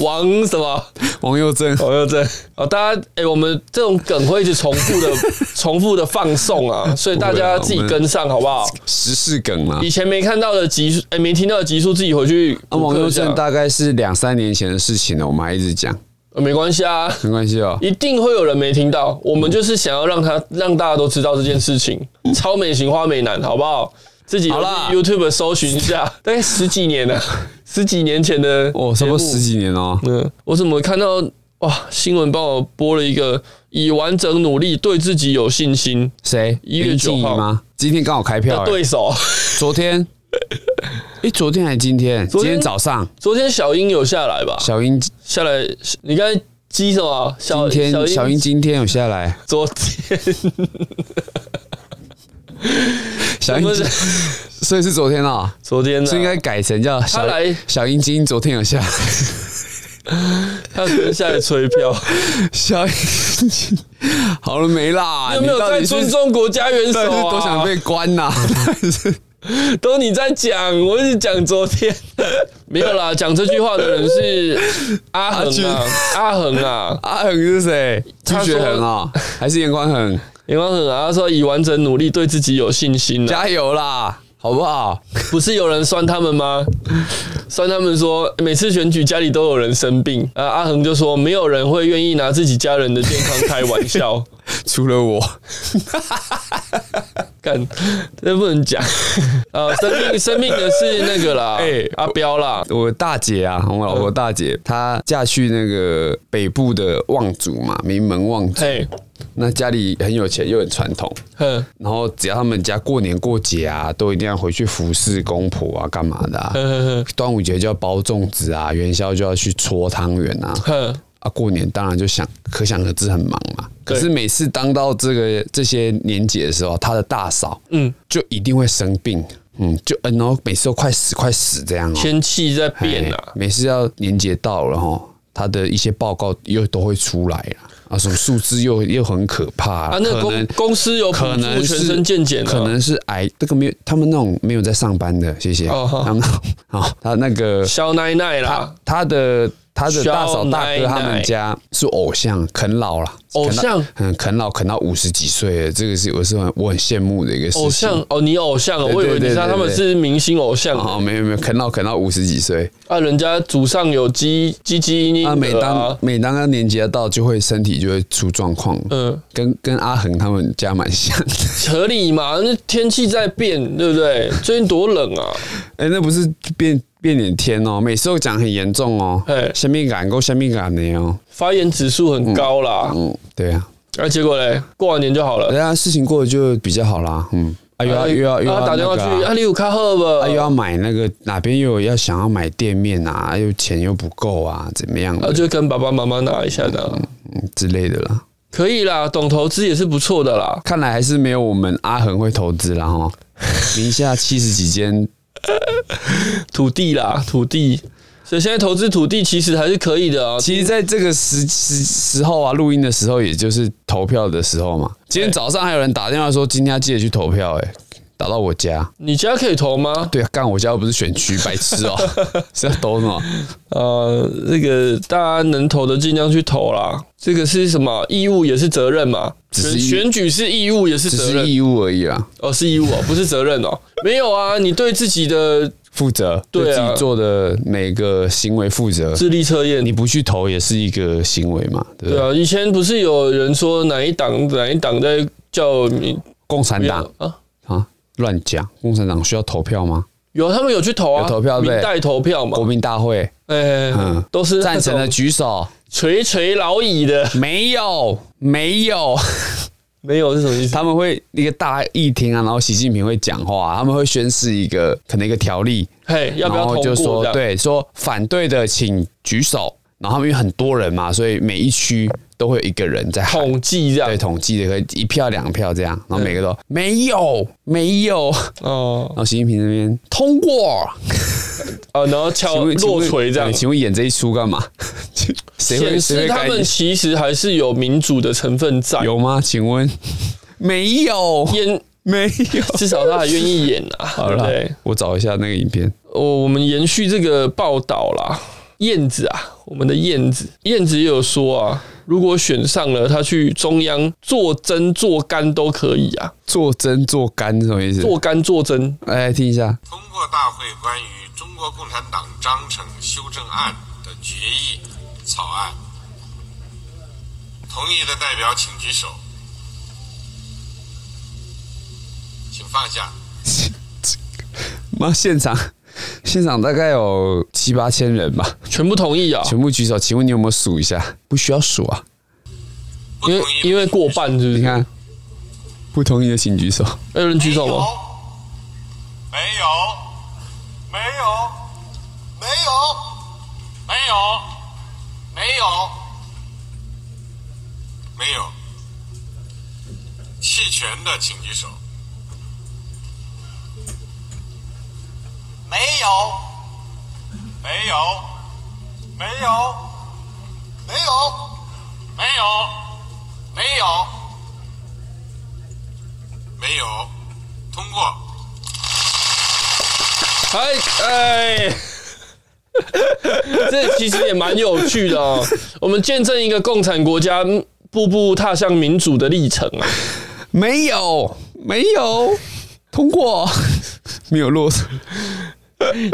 B: 王什么？
A: 王佑正，
B: 王佑正 哦，大家哎、我们这种梗会一直重 复的、重复的放送啊，所以大家自己跟上好不好？
A: 时事梗嘛
B: 以。前没看到的集数，哎、没听到的集数，自己回去
A: 啊，
B: 补
A: 王
B: 课
A: 佑
B: 一下
A: 正大概是两三年前的事情了，我们还一直讲，
B: 呃没关系啊，
A: 没关系哦。
B: 一定会有人没听到。我们就是想要让他让大家都知道这件事情，超美型花美男，好不好？自己
A: 好啦
B: YouTube 搜寻一下，大概十几年了，十几年前的
A: 哦，差不多十几年哦，
B: 嗯，我怎么看到哇？新闻帮我播了一个以完整努力对自己有信心
A: 谁？
B: 1月
A: 林静怡
B: 9号
A: 吗？今天刚好开票、
B: 的
A: 欸，
B: 对手。
A: 昨天，诶，昨天还是今天？
B: 昨
A: 今
B: 天啊
A: 天早上，
B: 昨天小英有下来吧？
A: 小英
B: 下来，你刚才鸡什么？啊小
A: 今天小
B: 英
A: 英今天有下来，
B: 昨天
A: 小英
B: 不是
A: 所以是昨天啊，
B: 昨天
A: 所以应
B: 呢、
A: 该改成叫小
B: 他来
A: 小英今昨天有下来，
B: 他昨天下来 吹票，
A: 啊小英今好了没啦？
B: 你有没有
A: 你到底
B: 在
A: 是
B: 尊？重啊国家元首
A: 到底是
B: 啊？
A: 多想被关呐、
B: 都你在讲，我是讲 昨天没有啦。讲这句话的 人是阿恒啊，阿恒啊，
A: 阿恒是谁？朱
B: 他说
A: 学恒啊，还是严宽恒？
B: 林光恒啊，他说以完整努力对自己有信心啊。
A: 加油啦，好不好？
B: 不是有人酸他们吗？酸他们说每次选举家里都有人生病啊。阿恒就说没有人会愿意拿自己家人的健康开 玩笑，
A: 除了我，
B: 干这不能讲。啊，生病生病的是那个啦，
A: 哎
B: 阿彪啦，
A: 我大姐啊，我老婆大姐，她嫁去那个北部的望族嘛，名门望族，
B: 嘿，
A: 那家里很有钱又很传统，
B: 哼
A: 然后只要他们家过年过节啊，都一定要回去服侍公婆啊，干嘛的、啊？
B: 哼哼
A: 端午节就要包粽子啊，元宵就要去搓汤圆啊，
B: 哼，
A: 啊，过年当然就想可想而知很忙嘛。可
B: 对
A: 是每次当到这个这些年节的时候，他的大嫂
B: 嗯，
A: 就一定会生病，嗯，就嗯，然后每次都快死快死这样哦、
B: 天气在
A: 哎
B: 变啊。
A: 每次要年节到了哈，他的一些报告又都会出来了啊，什么数字又又很可怕
B: 啊，
A: 哎可
B: 那
A: 能
B: 公公司有补
A: 可能
B: 助全
A: 是
B: 身健检的，啊
A: 可能是癌，这个没有，他们那种没有在上班的，谢谢。
B: 哦好
A: 他们 好，他那个
B: 肖奶奶
A: 他
B: 啦，
A: 他的他的大嫂
B: 小
A: 大
B: 奶
A: 哥
B: 奶
A: 他们家是偶像，啃老了，
B: 偶
A: 啃到
B: 像
A: 嗯，啃老啃到五十几岁了，这个是我是很我很羡慕的一个事情。
B: 偶像哦，你偶像哦，
A: 对
B: 我以为
A: 对
B: 你
A: 对
B: 知道
A: 对
B: 他们
A: 对
B: 是明星偶像
A: 啊，没有没有，啃老啃到五十几岁，
B: 啊，人家祖上有鸡鸡鸡因
A: 啊，
B: 啊，
A: 每当每当他年纪要到，就会身体就会出状况，
B: 嗯
A: 跟跟阿恒他们家蛮像的。
B: 合理嘛，那天气在变，对不对？最近多冷啊，
A: 哎、那不是变变脸天哦，每次都讲很严重哦
B: 哎，
A: 下面感够下面感的哦，
B: 发炎指数很高啦，
A: 嗯，对啊，
B: 啊，结果嘞，过完年就好
A: 对
B: 了。
A: 啊，事情过了就比较好啦，嗯，啊又要又要又
B: 啊
A: 要
B: 打
A: 那
B: 电话
A: 个
B: 去，
A: 啊
B: 啊，你有看好不？
A: 啊又要买那个哪边又有要想要买店面啊，又钱又不够啊，怎么样的、
B: 啊，就跟爸爸妈妈拿一下的啊，
A: 嗯之类的啦。
B: 可以啦，懂投资也是不错的啦。
A: 看来还是没有我们阿恒会投资啦 哈，名下七十几间，
B: 土地啦，土地。所以现在投资土地其实还是可以的啊。
A: 其实在这个时时时候啊，录音的时候，也就是投票的时候嘛。今天早上还有人打电话说，今天要记得去投票、哎，打到我家。
B: 你家可以投吗？
A: 对啊，干我家又不是选区，白痴哦、 是要投什么？
B: 呃，这个大家能投的尽量去投啦。这个是什么？义务也是责任嘛。
A: 只是
B: 选
A: 义务
B: 选举是义务也是
A: 只
B: 责
A: 是
B: 任
A: 义务而已啦，
B: 哦，是义务哦，不是责任哦。没有啊，你对自己的
A: 负责
B: 对啊
A: 自己做的每个行为负责。
B: 智力测验
A: 你，不去投也是一个行为嘛，对不
B: 对
A: 对？
B: 啊，以前不是有人说哪一党哪一党在叫你
A: 共产
B: 不
A: 党
B: 要啊？
A: 啊，乱讲，共产党需要投票吗？
B: 有他们有去投啊，
A: 有投票对
B: 民代投票嘛
A: 国，民大会
B: 哎、
A: 嗯
B: 都啊是
A: 赞成的举手，
B: 垂垂老矣的，
A: 没有，没有。
B: 没有是什么意思？
A: 他们会一个大议厅啊，然后习近平会讲话、他们会宣示一个可能一个条例，
B: 嘿，要不要
A: 然
B: 通
A: 后
B: 过？
A: 就说
B: 这样，
A: 对，说反对的请举手。然后他们因为很多人嘛，所以每一区都会有一个人在喊
B: 统计这
A: 对
B: 样
A: 统计的，可以一票两票这样，然后每个都没有没有，然
B: 哦
A: 后习近平那边通过，
B: 啊，然后敲
A: 请问请
B: 落
A: 问
B: 锤这样
A: 对。请问演这一出干嘛？ 谁会谁
B: 显示
A: 会
B: 他
A: 干
B: 们其实还是有民主的成分在，
A: 有吗？请问没 有
B: 演，
A: 没有？
B: 至少他还愿意演 啊，
A: 好
B: 对不
A: 了
B: 对？，
A: 我找一下那个影片。
B: 哦，我们延续这个报道啦，燕子啊，我们的燕子，燕子也有说啊，如果选上了，他去中央做蒸做干都可以啊，
A: 做真做干是什么意思？
B: 做干做蒸，
A: 来听一下，
G: 通过大会关于中国共产党章程修正案的决议草案。同意的代表请举手，请放下。
A: 妈现场 现场大概有七八千人吧，
B: 全部同意啊，
A: 全部举手，请问你有没有数一下？不需要数啊，
G: 不
B: 因为
G: 同意的
B: 因为过半是
A: 你
B: 不是？
A: 看，不同意的请举手。
B: 还有人举手吗？
G: 没有，没有，没有，没有，没有，没有，没有。弃权的请举手。
H: 没有，
G: 没有，没有，
H: 没有，
G: 没有，
H: 没有，
G: 没有，通过。
B: 哎哎， 这其实也蛮有趣的哦。我们见证一个共产国家步步踏向民主的历程啊。
A: 没有，没有通过， 没有落实。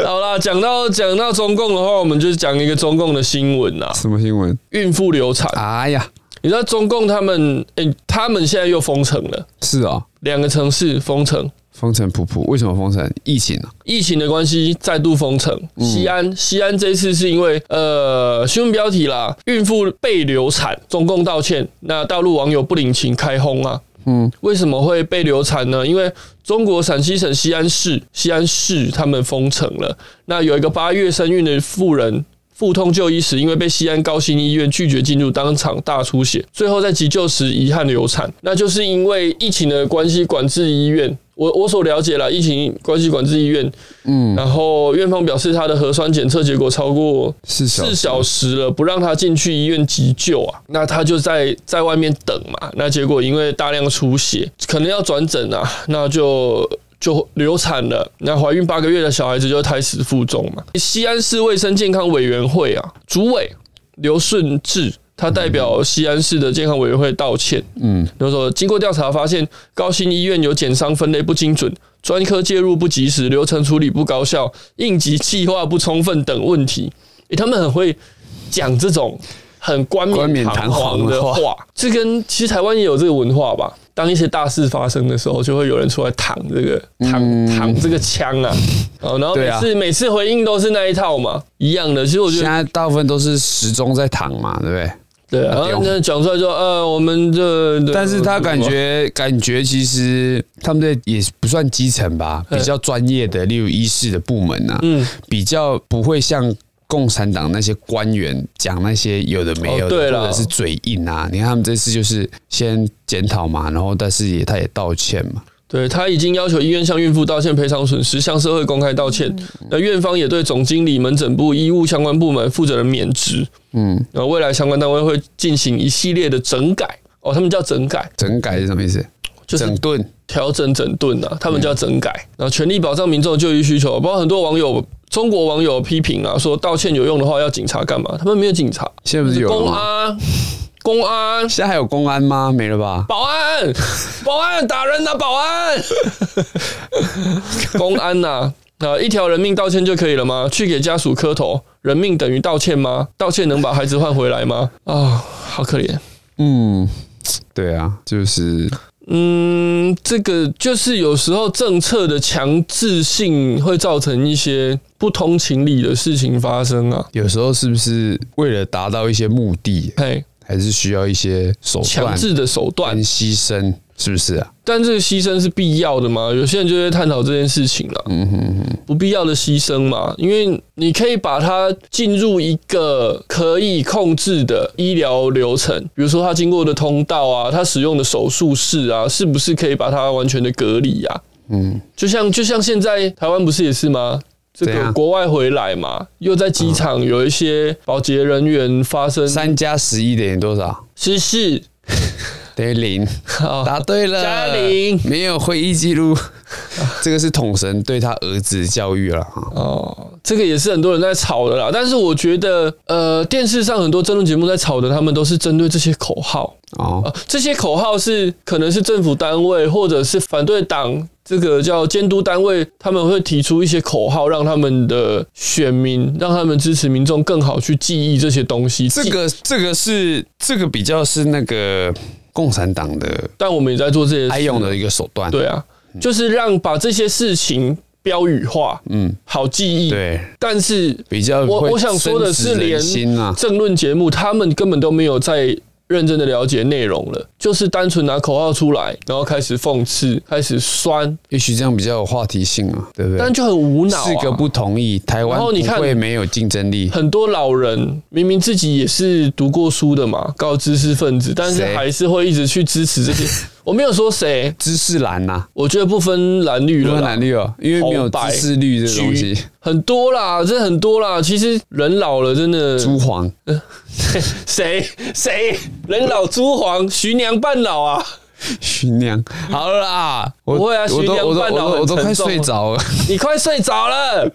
B: 好啦，讲到讲到中共的话，我们就讲一个中共的新闻啊，
A: 什么新闻？
B: 孕妇流产。
A: 哎呀，
B: 你知道中共他们，哎、他们现在又封城了，
A: 是啊、哦，
B: 两个城市封城，
A: 风尘仆仆，为什么封城？疫情啊，
B: 疫情的关系再度封城。西安，西安这一次是因为呃新闻标题啦，孕妇被流产，中共道歉，那大陆网友不领情开轰啊。嗯，为什么会被流产呢？因为中国陕西省西安市，西安市他们封城了。那有一个八月生孕的妇人，腹痛就医时，因为被西安高新医院拒绝进入，当场大出血，最后在急救时遗憾流产。那就是因为疫情的关系，管制医院，我我所了解了，疫情关系管制医院，嗯，然后院方表示他的核酸检测结果超过
A: 四小时
B: 四小时了，不让他进去医院急救啊，那他就在在外面等嘛，那结果因为大量出血，可能要转诊啊，那就。就流产了，那怀孕八个月的小孩子就胎死腹中嘛。西安市卫生健康委员会啊，主委刘顺志，他代
A: 嗯
B: 表西安市的健康委员会道歉。嗯，他说，经过调查发现，高新医院有检伤分类不精准、专科介入不及时、流程处理不高效、应急计划不充分等问题。诶、他们很会讲这种很冠
A: 冠
B: 冕
A: 冕
B: 堂
A: 堂
B: 皇
A: 皇
B: 的
A: 的话
B: 话，这跟其实台湾也有这个文化吧。当一些大事发生的时候，就会有人出来躺这个躺、躺这个枪啊，哦，然
A: 嗯
B: 后
A: 对
B: 每
A: 啊
B: 次、每次回应都是那一套嘛，一样的。其实我觉得
A: 现在大部分都是时钟在躺嘛，对不对？
B: 对，然后
A: 丢
B: 那讲出来就呃，我们这，
A: 但是他感觉感觉其实他们的也不算基层吧，比较专业的，例如医师的部门啊，
B: 嗯
A: 比较不会像共产党那些官员讲那些有的没有的，
B: 哦对啦
A: 或者是嘴硬啊。你看他们这次就是先检讨嘛，然后但是也他也道歉嘛，
B: 对他已经要求医院向孕妇道歉赔偿损失，向社会公开道歉。
A: 嗯
B: 那院方也对总经理、门诊部、医务相关部门负责人免职。嗯，然后未来相关单位会进行一系列的整改。哦，他们叫整改，
A: 整改是什么意思？
B: 就是
A: 整嗯顿
B: 调整整顿啊，他们叫整改，然后全力保障民众就医需求。包括很多网友、中国网友批评啊，说道歉有用的话，要警察干嘛？他们没有警察，
A: 现在不是有了
B: 公
A: 吗？
B: 安、公安、
A: 现在还有公安吗？没了吧？
B: 保安，保安打人呐、保安，公安呐、啊。一条人命道歉就可以了吗？去给家属磕头，人命等于道歉吗？道歉能把孩子换回来吗？啊、好可怜。
A: 嗯，对啊，就是
B: 嗯，这个就是有时候政策的强制性会造成一些不通情理的事情发生啊。
A: 有时候是不是为了达到一些目的，
B: 嘿，
A: 还是需要一些手
B: 强
A: 段
B: 制的手段
A: 跟，牺牲，是不是啊？
B: 但这个牺牲是必要的吗？有些人就会探讨这件事情了。嗯哼哼，不必要的牺牲嘛，因为你可以把它进入一个可以控制的医疗流程，比如说他经过的通道啊，他使用的手术室啊，是不是可以把它完全的隔离啊？嗯，就像就像现在台湾不是也是吗？这
A: 怎
B: 个
A: 样嗯
B: 国外回来嘛，又在机场有一些保洁人员发生
A: 三加十一等于多少？
B: 失事，啊
A: 等于零。
B: 好
A: 答对了，
B: 哦加零
A: 没有会议记录。这个是统神对他儿子的教育了啊。
B: 哦，这个也是很多人在吵的啦。但是我觉得，呃，电视上很多争论节目在吵的，他们都是针对这些口号
A: 哦，
B: 呃，这些口号是可能是政府单位或者是反对党这个叫监督单位，他们会提出一些口号，让他们的选民，让他们支持民众更好去记忆这些东西。
A: 这
B: 记，
A: 个这个是这个比较是那个共产党的
B: 但我们也在做这些事
A: 爱用的一个手段。
B: 对啊，
A: 嗯
B: 就是让把这些事情标语化，嗯，好记忆。，
A: 对，
B: 但是
A: 比较
B: 我
A: 呃会
B: 我想说的是，
A: 深植人
B: 连
A: 心啊，
B: 政论节目他们根本都没有在认真的了解内容了，就是单纯拿口号出来，然后开始讽刺，开始酸，
A: 也许这样比较有话题性啊，对不对？
B: 但就很无脑、啊。
A: 四个不同意，台湾
B: 然后你看
A: 不会没有竞争力。
B: 很多老人明明自己也是读过书的嘛，高知识分子，但是
A: 谁
B: 还是会一直去支 持这些。我没有说谁，
A: 知识蓝呐、啊，
B: 我觉得不分蓝绿
A: 不
B: 了
A: 分
B: 啦，
A: 蓝绿哦，因为没有
B: 红白
A: 知识绿这东西
B: 橘。很多啦，这很多啦。其实人老了，真的
A: 朱黄，
B: 谁谁人老珠黄，徐娘半老啊。
A: 徐娘，好了啦，我
B: 不会啊
A: 我
B: 徐
A: 都
B: 娘
A: 我都我
B: 半
A: 都
B: 岛
A: 我都
B: 很
A: 快
B: 沉重啊
A: 睡着了，
B: 你快睡 着了，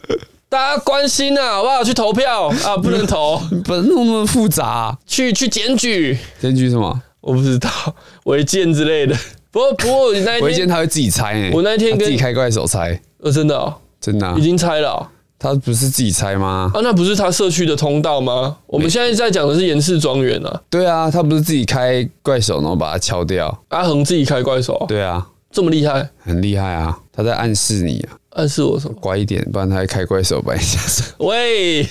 B: 大家关心啊，好不好？去投票啊，不能 投，
A: 不能弄那么复杂、啊。
B: 去去检举，
A: 先去什么？
B: 我不知道违建之类的。不过不过那
A: 我
B: 一
A: 一见
B: 天，
A: 他会自己猜欸
B: 我那天
A: 他
B: 跟
A: 自己开怪手猜，
B: 呃，真的哦、
A: 真的啊、
B: 已经拆了哦、
A: 他不是自己猜吗？
B: 啊，那不是他社区的通道吗？我们现在在讲的是严氏庄园啊，
A: 对啊，他不是自己开怪手，然后把它敲掉。
B: 阿恒自己开怪手，
A: 对啊，
B: 这么厉害，
A: 很厉害啊，他在暗示你啊，
B: 暗示我 什么？
A: 乖一点，不然他会开怪手把你吓死。
B: 喂，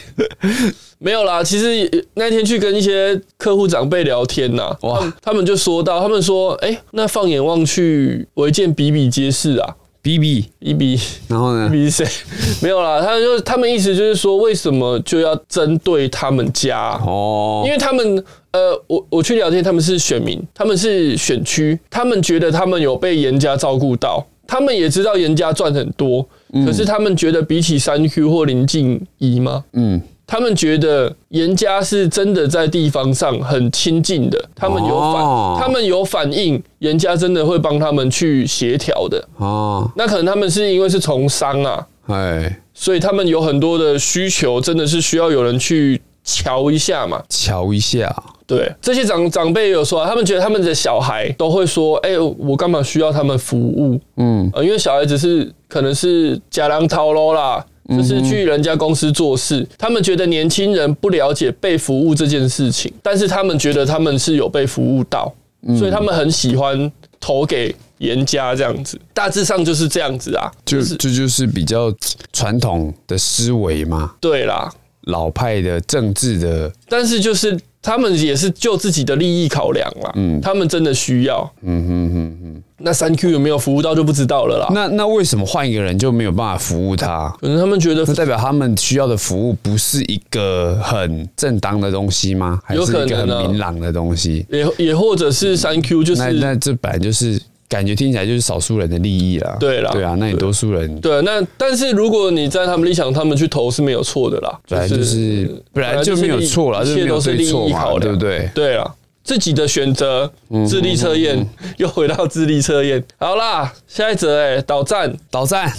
B: 没有啦。其实呃那天去跟一些客户长辈聊天呐、
A: 哇
B: 哇，他们就说到，他们说，哎、那放眼望去，违建比比皆是啊，
A: B B，
B: 一比
A: 然后呢？
B: 比谁？没有啦，他们就他们意思就是说，为什么就要针对他们家？
A: 哦
B: 因，为他们呃，我我去聊天，他们是选民，他们是选区，他们觉得他们有被严家照顾到，他们也知道严家赚很多，可是他们觉得比起三 Q 或林静怡吗？
A: 嗯，
B: 他们觉得严家是真的在地方上很亲近的，他们有反，
A: 哦
B: 他们有反应，严家真的会帮他们去协调的。
A: 哦，
B: 那可能他们是因为是从商啊，
A: 哎，
B: 所以他们有很多的需求，真的是需要有人去瞧一下嘛。
A: 瞧一下，
B: 对，这些长长辈有说、啊，他们觉得他们的小孩都会说：“哎、我干嘛需要他们服务？”
A: 嗯，
B: 呃，因为小孩子是可能是假狼掏喽啦，就是去人家公司做事。他们觉得年轻人不了解被服务这件事情，但是他们觉得他们是有被服务到，所以他们很喜欢投给严家这样子。大致上就是这样子啊，
A: 就
B: 就是
A: 这就是比较传统的思维嘛，
B: 对啦。
A: 老派的政治的，
B: 但是就是他们也是就自己的利益考量啦，嗯，他们真的需要，嗯哼哼哼。那三 Q 有没有服务到就不知道了啦。
A: 那那为什么换一个人就没有办法服务他？
B: 可能他们觉得
A: 那代表他们需要的服务不是一个很正当的东西吗？还
B: 有
A: 是
B: 可
A: 一个很
B: 能啊
A: 明朗的东西？
B: 也也或者是三 Q 就
A: 那
B: 是
A: 那这本来就是感觉听起来就是少数人的利益啦。
B: 对啦
A: 对啊，那你多数人
B: 对，那但是如果你在他们立场，他们去投是没有错的啦，
A: 本来啊就是本来就没有错啦，
B: 一
A: 就
B: 切
A: 没有
B: 都是
A: 对
B: 利
A: 错
B: 益
A: 嘛，
B: 考量，
A: 对不对？
B: 对啊，自己的选择，
A: 嗯
B: 智力测验又回到智力测验。好啦，下一则哎、导战
A: 导赞，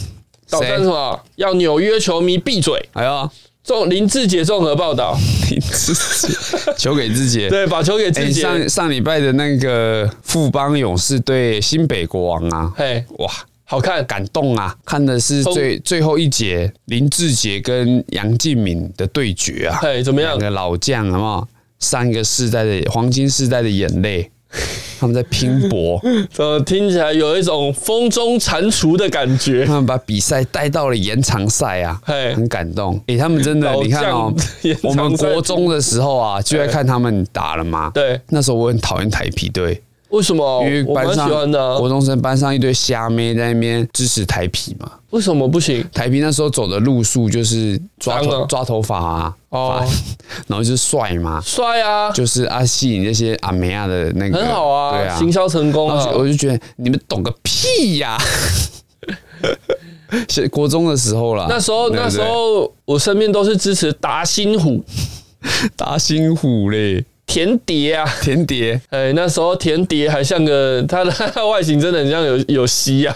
B: 导
A: 谁
B: 战什？么？要纽约球迷闭嘴。
A: 哎呦，
B: 综林志杰综合 报道，
A: 你自己 求给自己。
B: 对，把球 给
A: 哎，
B: 志杰。
A: 上上礼拜的那个富邦勇士对新北国王啊，
B: 嘿，
A: 哇，
B: 好看，
A: 感动啊！看的是最最后一节林志杰跟杨敬敏的对决 啊，
B: 嘿，怎么
A: 两？
B: 样
A: 个老将，好不好？三个世代的黄金世代的眼泪， 他们在拼 搏，
B: 怎么听起来有一种风中蟾蜍的感觉？
A: 他们把比赛带到了延长赛 啊，
B: 嘿
A: 很感动。诶，他们真的，
B: 老
A: 你看哦
B: 将 延，长
A: 我
B: 赛
A: 们国中的时候啊， 就在看他们打了嘛。
B: 对
A: 那时候我很讨厌台啤队，
B: 为什么？
A: 因为
B: 哦我蛮
A: 班
B: 喜
A: 上
B: 欢的啊、
A: 国中生班上一堆虾妹在那边支持台啤嘛。
B: 为什么不行？
A: 台啤那时候走的路数就是抓
B: 当
A: 头
B: 了
A: 抓头发啊，
B: 哦
A: 发 然后就是帅嘛，
B: 帅啊，
A: 就是啊吸引那些阿美亚的那个，
B: 很好啊，
A: 对啊，
B: 行销成功
A: 然后
B: 啊
A: 就。我就觉得你们懂个屁呀、 是国中的时候啦，
B: 那时候，
A: 对不对
B: 那时候我身边都是支持达新虎
A: 达兴虎嘞，
B: 田蝶啊，
A: 甜碟
B: 哎，那时候田蝶还像个他的他的外 形真的很像有有戏啊，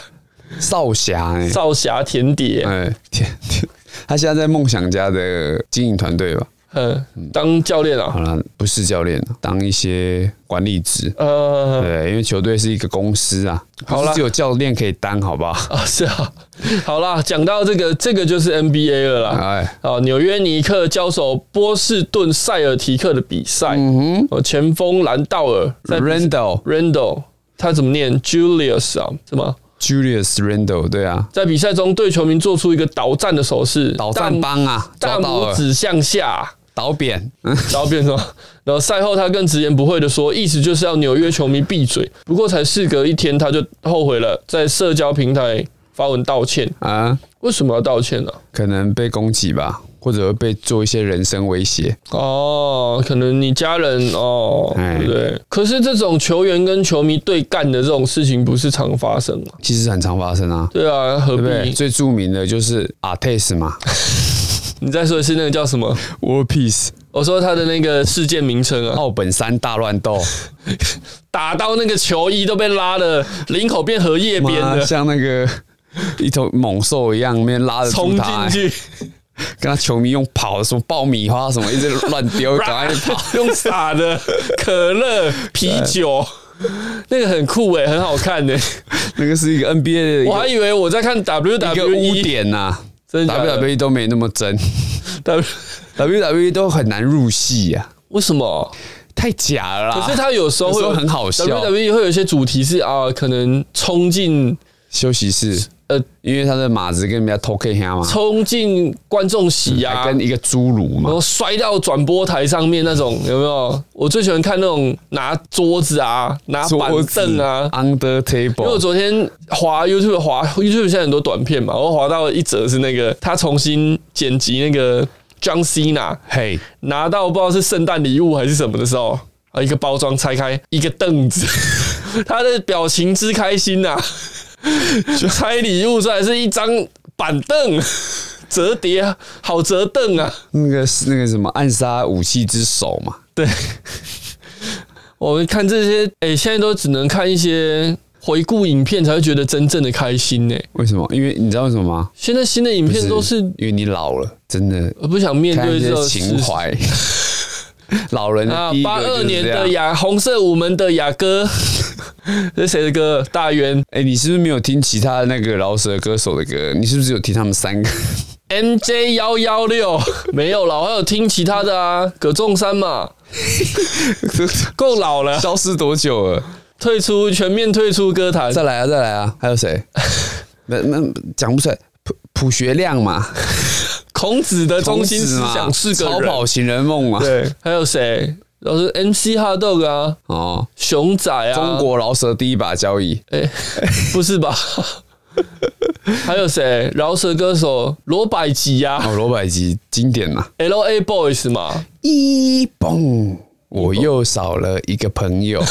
A: 少侠哎、
B: 少侠田蝶，
A: 哎甜甜，他现在在梦想家的经营团队吧？
B: 嗯，当教练啊
A: 好，了，不是教练，当一些管理职。
B: 呃，
A: 对，因为球队是一个公司啊，
B: 好
A: 不是
B: 啦
A: 只有教练可以当，好吧？
B: 啊， 是啊，好啦，讲到这个，这个就是 NBA 了啦。
A: 哎，
B: 啊，纽约尼克交手波士顿塞尔提克的比赛，嗯哼，前锋兰道尔在
A: Randall
B: Randall，他怎么念 Julius 啊？什么？
A: Julius Randall，对啊，
B: 在比赛中对球迷做出一个倒站的手势，
A: 导弹帮啊，
B: 大
A: 抓
B: 大
A: 到
B: 拇
A: 了，
B: 指向下，
A: 倒扁，
B: 然后变成，然后赛后他更直言不讳的说，意思就是要纽约球迷闭嘴。不过才事隔一天，他就后悔了，在社交平台发文道歉。
A: 啊，
B: 为什么要道歉呢、
A: 可能被攻击吧，或者被做一些人身威胁。
B: 哦，可能你家人哦，
A: 哎
B: 对不对？可是这种球员跟球迷对干的这种事情，不是常发生吗？
A: 其实很常发生啊，
B: 对啊，何
A: 对
B: 必？
A: 不对？最著名的就是 Artes 嘛
B: 你再说一次那个叫什么？
A: ，War Peace，
B: 我说他的那个事件名称啊，
A: 奥本山大乱 斗，
B: 打到那个球衣都被拉的，领口变荷叶边
A: 妈
B: 的，
A: 像那个一头猛兽一样，那边拉着
B: 冲
A: 住
B: 进
A: 他、
B: 去，
A: 跟他球迷用跑的什么爆米花什么一直乱 丢，赶快跑。
B: 用 洒的可乐、啤酒，那个很酷诶、很好看诶、
A: 那个是一个 NBA 的一
B: 我还
A: 个
B: 以为我在看
A: 一个污
B: WWE，
A: 点呐、
B: 真的假的
A: WWE E 都没那么 真 E
B: W
A: ，WWE 都很难入戏呀、
B: 为什么？
A: 太假了啦。
B: 可是他有时候
A: 啊
B: 会
A: 有时候很好笑
B: WWE 会有一些主题是啊，可能冲进
A: 休息室，
B: 呃
A: 因为他的马子跟人家偷 K 下嘛，
B: 冲进观众席啊呀、
A: 嗯还跟一个侏儒
B: 然
A: 嘛
B: 后，摔到转播台上面那种，有没有？我最喜欢看那种拿桌子啊，拿板凳
A: 哦
B: 啊。
A: ，under
B: 因为我
A: table，
B: 昨天滑 YouTube 滑 YouTube 现在很多短片嘛，我滑到一则是那个他重新剪辑那个 John Cena
A: 嘿，
B: 拿到不知道是圣诞礼物还是什么的时候，啊，一个包装拆开一个凳子， 他的表情之开心呐、拆礼物出来是一张板凳，折叠啊好折凳啊，
A: 那个是那个什么暗杀武器之手嘛，
B: 对，我们看这些，哎、现在都只能看一些回顾影片，才会觉得真正的开心呢、
A: 为什么？因为你知道为什么吗？
B: 现在新的影片都是
A: 因为你老了，真的
B: 我不想面
A: 看
B: 对
A: 一
B: 这
A: 些
B: 种
A: 情
B: 事实
A: 怀。 老人
B: 啊
A: 的第一，
B: 八
A: 个
B: 二
A: 就是
B: 年
A: 这样
B: 的雅红色午门的雅歌， 这是谁的歌？大圆
A: 哎、你是不是没有听其他的那个饶舌歌手的歌？你是不是有听他们三个？
B: MJ 幺幺六没有了，我还有听其他的啊，葛仲 山嘛，够老了，
A: 消失多久 了？
B: 退出全面退出歌坛。
A: 再来啊，再来啊！还有谁？ 那那讲不出来，朴朴学亮嘛，
B: 孔子的呃中心思想
A: 孔
B: 是
A: 子
B: 个
A: 嘛超
B: 人，
A: 跑情人梦嘛。
B: 对， 还有谁？老师 MC 哈豆啊，
A: 哦，
B: 熊仔啊，
A: 中国饶舌第一把交椅，
B: 哎、不是 吧？还有谁？饶舌歌手罗百吉呀、
A: 哦，罗百吉经典 呐、
B: l A Boys 嘛，
A: 一蹦，我又少了一个朋友，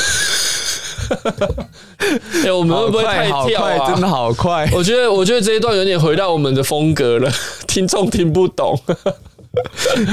B: 哎、我们 会不会太
A: 好快
B: 跳
A: 好快真的
B: 啊？
A: 好 快。
B: 我觉得，我觉得这一段有点回到我们的风 格了，听众听不懂，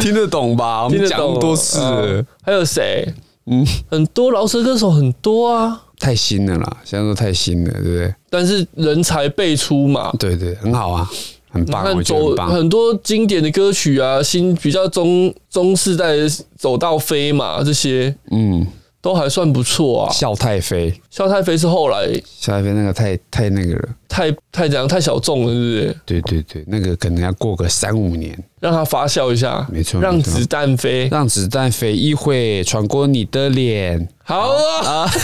A: 听得懂吧？ 我
B: 听
A: 们
B: 得
A: 讲那
B: 懂
A: 么多次了
B: 嗯还有谁？嗯，很多饶舌歌手很多啊，
A: 太新了啦，现在都太新了，对不对？
B: 但是人才辈出嘛，
A: 对对，很好啊，很棒，我
B: 看
A: 觉得
B: 走
A: 很棒。
B: 很多经典的歌曲啊，新比较中中世代的走到飞嘛，这些
A: 嗯，
B: 都还算不错啊。
A: 笑太妃，
B: 笑太飞是后来
A: 笑太妃那个太太那个了，
B: 太太怎样太小众了，是不是？
A: 对对对，那个可能要过个三五年，
B: 让它发酵一下，
A: 没错
B: 让
A: 没错
B: 子弹飞。
A: 让子弹飞一会穿过你的脸。
B: 好啊，
A: 啊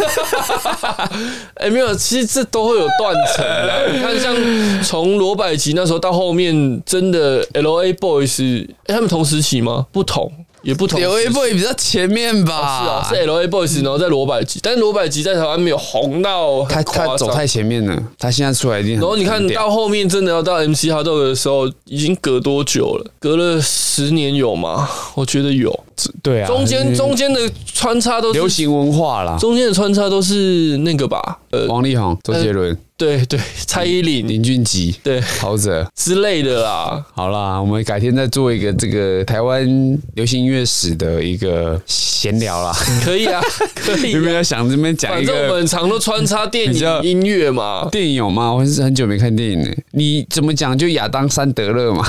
B: 哎、没有，其实这都会有断层的。你看，像从罗百吉那时候到后面，真的 L A Boys，、哎，他们同时期吗？不同，也不同时期。
A: 刘一波也比较前面
B: 是啊
A: 吧？，
B: 是 L A Boys，然后在罗百吉，但是罗百吉在台湾没有红到
A: 他
B: 很夸张
A: 他走太前面了，他现在出来一定很。
B: 然后你看
A: 很屌
B: 到后面真的要到 MC Hot Dog 的时候，已经隔多久了？隔了十年有吗？我觉得有，
A: 对啊，
B: 中间
A: 嗯
B: 中间的穿插都是
A: 流，行文化啦，
B: 中间的穿插都是那个吧？呃，
A: 王力宏、周杰伦、
B: 对对，蔡依林
A: 林俊杰、
B: 对
A: 陶喆。
B: 之类的啦。
A: 好啦，我们改天再做一个这个台湾流行音乐史的一个闲聊 啦。
B: 可 以啊，可以
A: 有没
B: 啊、
A: 有想这边讲
B: 反
A: 一
B: 正我
A: 个
B: 们常都穿插电
A: 比
B: 影
A: 较
B: 音乐嘛。
A: 电影有吗？我是很久没看电影了。你怎么讲就亚当·山德 勒嘛？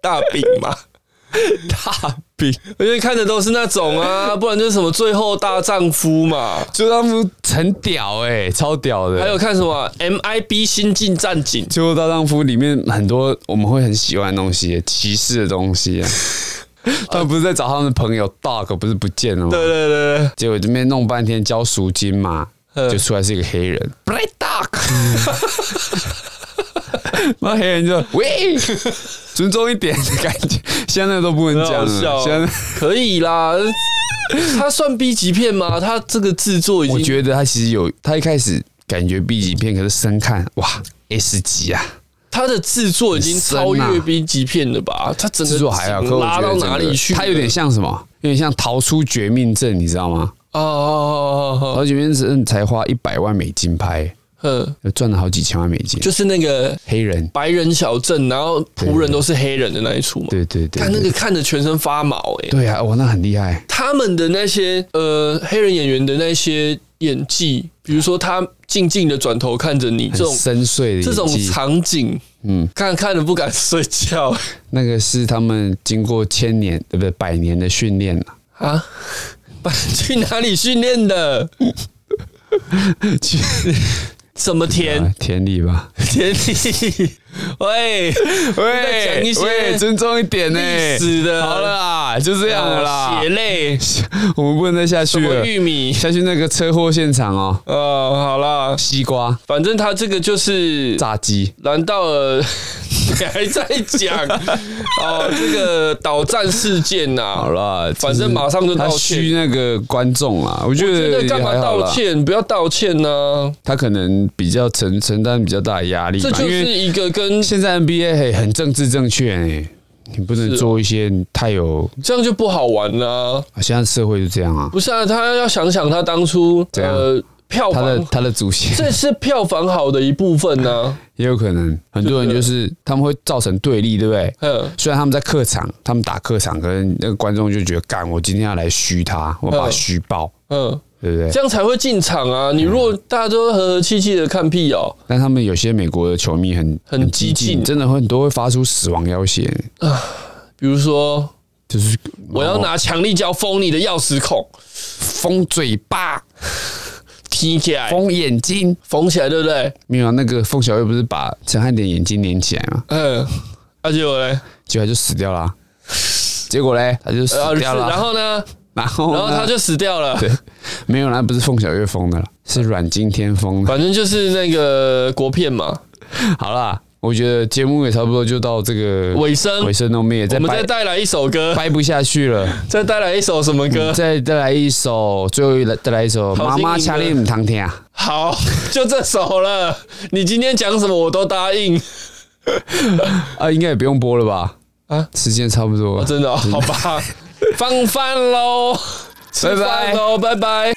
B: 大饼嘛，大饼，因为看的都是那种啊，不然就是什么《最后大丈夫》嘛，
A: 就他们很屌哎、超屌的。
B: 还有看什么 MIB《新晋战警》
A: 《最后大丈夫》里面很多我们会很喜欢的东西，歧视的东 西、啊。他们不是在找他们的朋友 Dog，不是不见了吗？
B: 对对对对，
A: 结果这边弄半天交赎金嘛，
B: 嗯
A: 就出来是一个黑人 Black Dog。那黑人就喂，尊重一点的感觉，现在都不能
B: 很
A: 讲
B: 好笑
A: 了。
B: 哦，
A: 现在
B: 可以啦。他算 B 级片吗？他这个制作已经
A: 我觉得他其实有，他一开始感觉 B 级片，可是深看哇 S 级啊，
B: 他的制作已经超
A: 很
B: 越
A: 深啊
B: B 级片了吧？他整个
A: 制作还好，可我
B: 拉
A: 觉得
B: 到
A: 整个
B: 哪里去了？
A: 他有点像什么？有点像逃出绝命镇，你知道吗？
B: 哦哦哦哦哦，
A: 逃出绝命镇才花一百万美金拍，
B: 嗯，
A: 赚了好几千万美金，
B: 就是那个
A: 黑人。
B: 白人小镇，然后仆人都是黑人的那一出嘛。
A: 对对对，
B: 看那个看着全身发毛哎、
A: 对啊，哇，那很厉害。
B: 他们的那些呃黑人演员的那些演技，比如说他静静的转头看着你，这
A: 很
B: 种
A: 深邃的演技
B: 这种场景，嗯，看看着不敢 睡觉
A: 那个是他们经过千年呃不是百年的训练了，
B: 啊！把去哪里训练 的？去什么 田
A: 啊田里吧？
B: 田里？喂
A: 喂
B: 讲一些
A: 喂，尊重一点呢、
B: 历史的
A: 哎好了啦，就这样了啦
B: 血，泪
A: 我们不能再下去
B: 什么
A: 了。
B: 玉米？
A: 下去那个车祸现场哦，
B: 哦，好啦，
A: 西瓜
B: 反正他这个就是
A: 炸鸡，
B: 难道 呃你还在讲哦？这个导弹事件呐、
A: 好啦，
B: 反正马上就道
A: 他
B: 歉
A: 虚那个观众啦，我觉
B: 我觉
A: 得
B: 得干嘛
A: 也还好啦
B: 道？歉？不要道歉呢、
A: 他可能比较承承担比较大的压力吧，
B: 这就
A: 因为
B: 是一个跟
A: 现在 NBA 很很政治正确哎、你不能做一些太有，
B: 这样就不好玩啦、
A: 现在社会就这样啊。
B: 不是啊，他要想想他当初
A: 怎样
B: 呃票
A: 他的
B: 房，
A: 他的祖先
B: 这是票房好的一部分啊 呢、
A: 也有可能，很多人就是他们会造成对立，对不对？
B: 嗯，
A: 虽然他们在客场，他们打客场，可能那个观众就觉得，干，我今天要来虚他，我把他
B: 嗯
A: 虚爆，
B: 嗯，
A: 对不对嗯
B: 这？样才会进场啊！你如果大家都和和气气的看屁哦、
A: 但他们有些美国的球迷很
B: 很激进
A: 真的会很多会发出死亡要挟，
B: 比如说
A: 就是
B: 我要拿强力胶封你的钥匙孔，
A: 封嘴巴、
B: 踢起来，
A: 封眼睛。
B: 缝起来，对不对？
A: 没有啊，那个凤小岳不是把陈汉典眼睛连起来吗？
B: 嗯，而且我嘞，
A: 结果他就死掉了啊、结果嘞，他就死
B: 呃，是
A: 掉了啊、
B: 然后呢，
A: 然后呢
B: 然后他就死掉了。
A: 对，没有啦，不是凤小岳封的
B: 嗯
A: 了，是阮经天封的。
B: 反正就是那个国片嘛，
A: 好啦，我觉得节目也差不多就到这个
B: 尾声
A: 尾声，那我们也
B: 我
A: 再
B: 们再
A: 掰
B: 带来一首歌，
A: 掰不下去 了，
B: 再带来一首什么歌？
A: 嗯再再来一首，最后一来再来一首《
B: 好
A: 妈
B: 心
A: 妈
B: 赢
A: 掐
B: 了
A: 你唔通听》。啊
B: 好，就这首了。你今天讲什么我都答应。
A: 啊，应该也不用播了吧？
B: 啊
A: 啊，时间差不多
B: 哦
A: 了，
B: 真的哦、好吧，放饭喽，吃
A: 拜拜
B: 饭喽，拜拜。